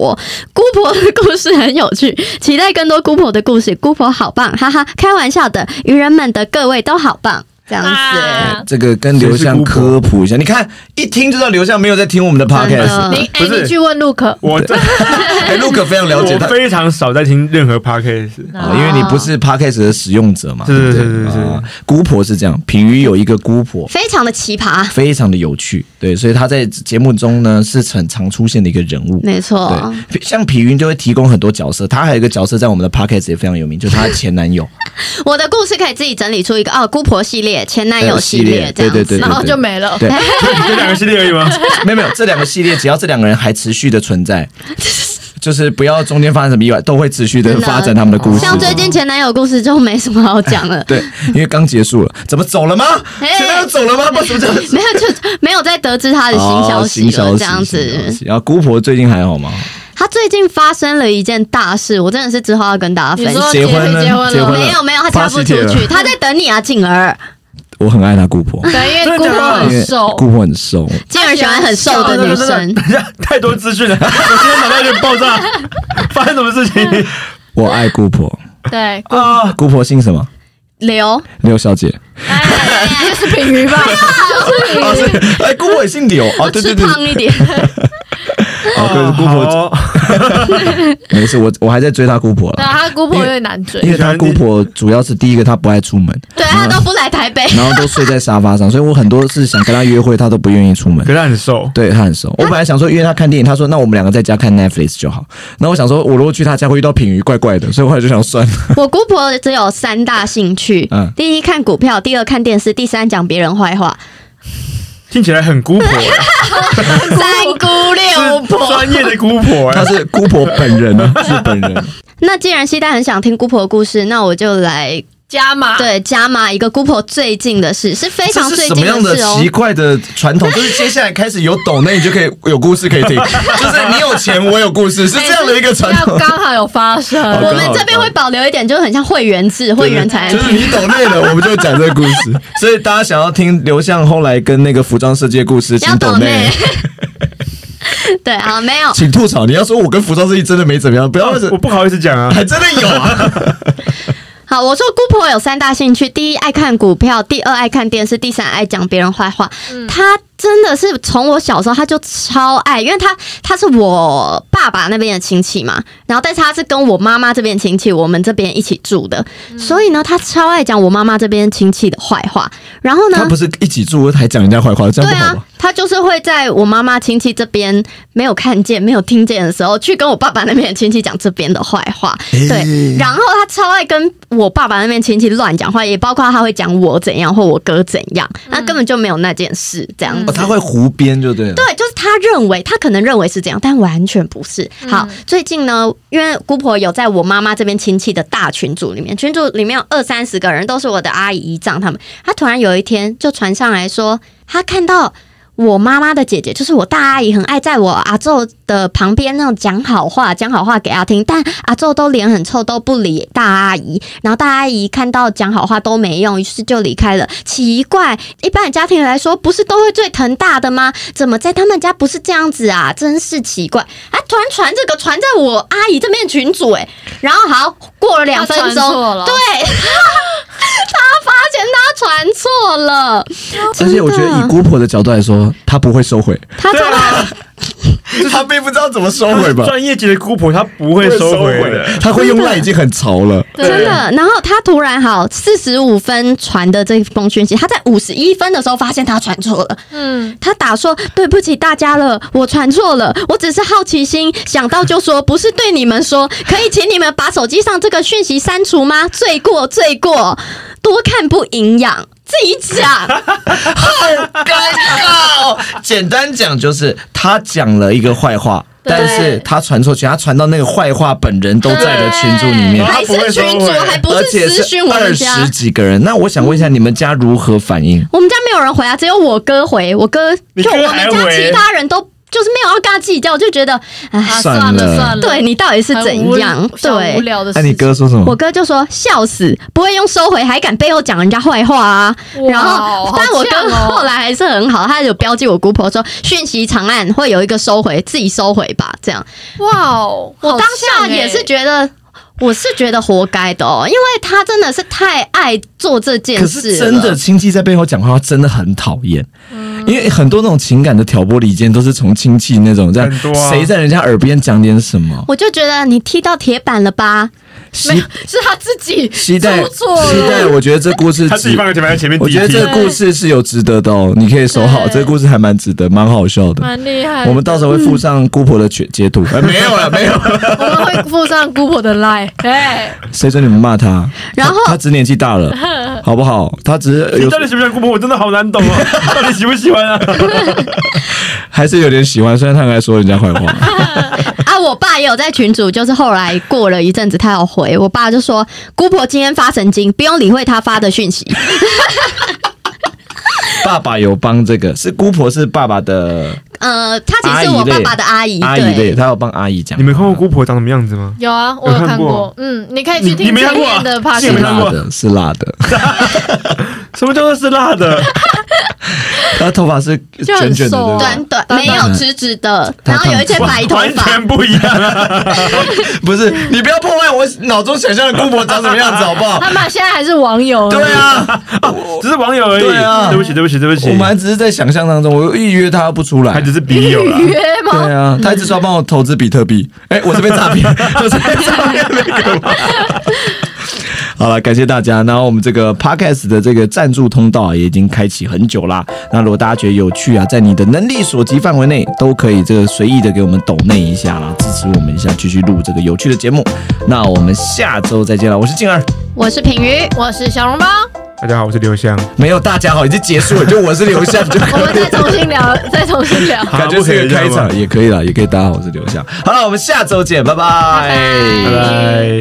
S3: 姑婆的故事很有趣，期待更多姑婆的故事。姑婆好棒，哈哈，开玩笑的，愚人们的各位都好棒，这样子。
S2: 啊
S1: 这个跟刘向科普一下，你看一听就知道刘向没有在听我们的嗯
S2: (laughs)
S3: 真
S1: podcast。
S3: 的
S2: 你哎，
S5: 不是
S2: 你去问陆可，
S5: 我这
S1: 哎，Look 非常了解
S5: 我
S1: 他，
S5: 非常少在听任何 podcast，
S1: 啊，因为你不是 podcast 的使用者嘛，
S5: 是
S1: 对不对
S5: 是是是
S1: 啊姑婆是这样，品瑜有一个姑婆，
S3: 非常的奇葩，
S1: 非常的有趣，对，所以她在节目中呢是很常出现的一个人物。
S3: 没错，
S1: 对，像品云就会提供很多角色，她还有一个角色在我们的 podcast 也非常有名，就是她的前男友。
S3: 我的故事可以自己整理出一个哦，姑婆系列、前男友系列
S1: 呃系列
S3: 这样子，
S1: 对对对
S2: 然后就没了。
S1: 对，
S5: 就两个系列而
S1: (laughs)
S5: 已吗？
S1: 没有没有，这两个系列只要这两个人还持续的存
S3: (laughs)
S1: 在，就是不要中间发生什么意外，都会持续的
S3: 真的
S1: 发展他们的故事。。
S3: 像最近前男友故事就没什么好讲了
S1: 对，因为刚结束了，怎么走了吗？
S3: 嘿
S1: 前男友走了
S3: (laughs)
S1: 吗？不，怎么讲？
S3: 没有，就没有再得知他的新消
S1: 哦
S3: 息
S1: 新
S3: 了，
S1: 消息
S3: 这样
S1: 新消
S3: 子。
S1: 息然后姑婆最近还好吗？
S3: 他最近发生了一件大事，我真的是之后要跟大家分
S2: 你
S3: 享
S2: 说。
S1: 结婚呢？
S2: 结婚了
S1: 结婚了？
S3: 没有没有，他
S1: 发
S3: 嫁不
S1: 喜
S3: 出
S1: 帖了
S3: 去，他在等你啊，静儿。
S1: 我很爱她姑婆，
S2: 对，因为姑婆
S1: 因
S2: 很
S1: 为
S2: 瘦，
S1: 姑婆很瘦。
S3: 静儿喜欢很瘦的女生，
S5: 等一下，太多资讯了，我今天脑袋有点爆炸，发生什么事
S3: 嗯
S5: 情
S1: 我爱姑
S3: (laughs)
S1: 婆，
S2: 对，
S5: 啊？
S1: 姑婆姓什么？
S3: 刘
S1: 刘小姐。
S3: (laughs)
S2: 也是品鱼吧？
S1: 哦，是哎，姑婆也姓刘哦，对对
S3: 吃
S1: 对，
S3: 胖一点，
S1: 哦，对，姑婆
S5: 好
S1: 没事，我我还在追她姑婆
S2: 对，
S1: 了，
S2: 他姑婆有点难追
S1: 因。为她姑婆主要是第一个她不爱出门，
S3: 对他都不来台北。
S1: 然后都睡在沙发上，所以我很多次想跟她约会，她都不愿意出门
S5: 可。是他很瘦，
S1: 对她很熟，我本来想说约她看电影，她说那我们两个在家看 Netflix 就好。那我想说，我如果去她家会遇到品鱼，怪怪的，所以我后来就想算了。
S3: 我姑婆只有三大兴趣
S1: 嗯：
S3: 第一看股票，第二看电视，第三讲别人坏话。
S5: 听起来很姑婆，啊
S3: (laughs) 三姑六
S5: 是
S3: 婆。
S5: 专业的姑婆
S1: 她
S5: 哎。
S1: 是姑婆本人啊，是本人。
S3: 那既然西蛋很想听姑婆的故事，那我就来
S2: 加码，
S3: 对加码一个姑婆最近的事，是非
S1: 这
S3: 常
S1: 是
S3: 最
S1: 什
S3: 近
S1: 么样的
S3: 事哦
S1: 奇。怪的传统？就是接下来开始有抖，那你就可以有故事可以听， (laughs) 就是你有钱，我有故事，是这样的一个传
S2: 要
S1: 统。
S2: 刚好有发生。
S1: 好
S3: 我
S1: 哦刚
S3: 们
S1: 好
S3: 这边会保留一点，就是很像会员制，会员才
S1: 就
S3: 能
S1: 是你抖累了，我们就讲这个故事。 (laughs) 所以大家想要听刘向后来跟那个服装设计的故事，
S3: 要
S1: 请抖
S3: 懂
S1: 内
S3: 内，。对，好，没有。
S1: 请吐槽。你要说我跟服装设计真的没怎么样，不要
S5: 我不好意思讲啊，
S1: 还真的有 (laughs) 啊。
S3: 好，我说姑婆有三大兴趣：第一爱看股票，第二爱看电视，第三爱讲别人坏话。她真的是从我小时候，她就超爱，因为她她是我爸爸那边的亲戚嘛，然后但是她是跟我妈妈这边亲戚，我们这边一起住的，所以呢，她超爱讲我妈妈这边亲戚的坏话。然后呢，
S1: 他不是一起住还讲人家坏话，这样不
S3: 对
S1: 好
S3: 啊
S1: 吗？，
S3: 他就是会在我妈妈亲戚这边没有看见、没有听见的时候，去跟我爸爸那边的亲戚讲这边的坏话。对，然后他超爱跟我爸爸那边亲戚乱讲话，也包括他会讲我怎样或我哥怎样，那根本就没有那件事这样
S1: 哦
S3: 子。
S1: 他会胡编就对了。
S3: 啊对，就是他认为他可能认为是这样，但完全不是。好，最近呢，因为姑婆有在我妈妈这边亲戚的大群组里面，群组里面有二三十个人，都是我的阿姨姨丈他们。她突然有一天就传上来说，她看到。我妈妈的姐姐就是我大阿姨，很爱在我阿昼的旁边那种讲好话，讲好话给她听，但阿昼都脸很臭，都不理大阿姨。然后大阿姨看到讲好话都没用，于是就离开了。奇怪，一般的家庭来说，不是都会最疼大的吗？怎么在他们家不是这样子啊？真是奇怪！啊，突然传这个传在我阿姨这边的群组、欸，然后好过了两分
S2: 他
S3: 钟，
S2: 传错了
S3: 对， (laughs) 他发现他传错了，
S1: 而且我觉得以姑婆的角度来说，她不会收回，
S3: 他
S5: 对
S3: 从来
S5: 啊，
S1: 她并不知道怎么收回吧？
S5: 专业级的姑婆她不会收回的，
S1: 她会用赖已经很潮了。
S2: 对
S3: 真的。然后他突然好四十五分传的这封讯息，他在五十一分的时候发现他传错了，
S2: 嗯，
S3: 他打说对不起大家了，我传错了，我只是好奇心想到就说，不是对你们说，可以请你们把手机上这个讯息删除吗？罪过罪过，多看不营养。自己讲，
S1: 尴尬哦。简单讲就是他讲了一个坏话，
S2: 对
S1: 但是他传出去，他传到那个坏话本人都在的群组里面
S5: 对。
S3: 还
S5: 他不会
S3: 是群主，
S5: 收回
S3: 还哎不
S1: 而且
S3: 是私讯我
S1: 二
S3: 们
S1: 十
S3: 家，
S1: (laughs) 几个人，那我想问一下，你们家如何反应？
S3: 我们家没有人回啊，只有我哥回，我哥
S5: 你
S3: 就
S5: 哥
S3: 我
S5: 还
S3: 们家
S5: 回
S3: 其他人都就是没有要跟他计较，就觉得哎，
S2: 啊，
S1: 算
S2: 算了
S1: 了
S2: 算了，
S3: 对你到底是
S2: 很无
S3: 怎样？
S2: 小无
S3: 对。
S2: 聊的事
S1: 那
S2: 情。
S1: 你哥说什
S3: 我
S1: 么？
S3: 哥就说笑死，不会用收回，还敢背后讲人家坏话啊！
S2: 哇
S3: 然后
S2: 好，
S3: 但我
S2: 呛
S3: 哥
S2: 哦
S3: 后来还是很好，他有标记我姑婆说讯息长按会有一个收回，自己收回吧。这样，
S2: 哇哦，我
S3: 我当下也是觉得，我是觉得活该的哦，因为他真的是太爱做这件
S1: 可
S3: 事
S1: 是
S3: 了。
S1: 真的亲戚在背后讲话，真的很讨厌。
S3: 嗯
S1: 因为很多那种情感的挑拨离间都是从亲戚那种这样
S5: 很多，啊
S1: 谁在人家耳边讲点什么，
S3: 我就觉得你踢到铁板了吧？ (laughs)
S2: 没
S1: 期
S2: 有，是他自己
S1: 期待
S2: 做错
S1: 期
S2: 了。
S1: 待，我觉得这故事
S5: 他自己
S1: 值
S5: 放在前面前面
S1: 我
S5: 第一
S1: 觉得这个
S5: 题，
S1: 故事是有值得的哦，你可以收好，
S2: 对
S1: 这个故事还蛮值得，蛮好笑的。
S2: 蛮厉害的，
S1: 我们到时候会附上姑婆的截截图，哎没有了，没有，
S2: 我们会附上姑婆的 line，哎，
S1: (laughs) 谁准你们骂他？
S3: 然后
S1: 他他只是年纪大
S3: (laughs)
S1: 了，好不好？他只是
S5: 你
S1: 有
S5: 到底喜不喜欢姑婆？我真的好难懂 (laughs) 啊！到底喜不喜欢啊？
S1: 还是有点喜欢，虽然他刚才说人家坏
S3: (laughs)
S1: 话，
S3: 啊，我爸也有在群组，就是后来过了一阵子，他有回，我爸就说姑婆今天发神经，不用理会他发的讯息。
S1: 爸爸有帮这个是姑婆是爸爸的
S3: 呃，他其实是我爸爸的阿姨，
S1: 阿姨对，
S3: 对。
S1: 他有帮阿姨讲。
S5: 你们看过姑婆长什么样子吗？
S2: 有啊，我有
S5: 有看
S2: 看
S5: 过
S2: 过，嗯，你可以
S5: 你
S2: 去
S5: 你
S2: 听
S5: 没看
S2: 前
S5: 过啊
S2: 面的 p a
S5: 是
S2: s
S5: 你
S2: t
S5: 没看过
S1: 辣的，是辣的，
S5: 什么叫做是辣的？
S1: 他的头发
S3: (laughs)
S1: 是
S2: 就很
S1: 卷卷的，
S2: 瘦
S1: 对
S2: 啊
S3: 短短没有直直的，
S1: 他
S3: 然后有一些白头
S5: 完
S3: 发
S5: 全，不一样啊！
S1: (laughs) 不对？不是，你不要破坏我脑中想象的姑婆长什么样子，好不
S3: (laughs)
S1: 好？
S2: 他们现在还是网友，
S1: 对，啊，
S5: 只是网友而已。
S1: 对啊
S5: 对不起，对不起，对不起
S1: 我，们还只是在想象当中，我预约他不出来
S5: 他。只是
S1: (laughs)
S5: 笔友啦。
S2: 约吗？
S1: 对啊，他一直说要帮我投资比特币，哎、我这边诈骗，我这边诈骗那个吗。好了，感谢大家。然后我们这个 podcast 的这个赞助通道啊也已经开启很久啦。那如果大家觉得有趣啊，在你的能力所及范围内，都可以这个随意的给我们抖内一下啦，支持我们一下，继续录这个有趣的节目。那我们下周再见了，我是静儿，
S3: 我是品瑜，
S2: 我是小笼
S5: (laughs)
S2: 包，
S5: 大家好，我是刘翔。
S1: 没有大家好，已经结束了，就我是刘向，就
S2: (laughs) 我们再重新聊，再重新聊。
S5: 啊
S1: 感觉是个开场，也可以了，也可以。大家好，我是刘向。好了，我们下周见，拜拜
S2: 拜拜
S5: 拜拜。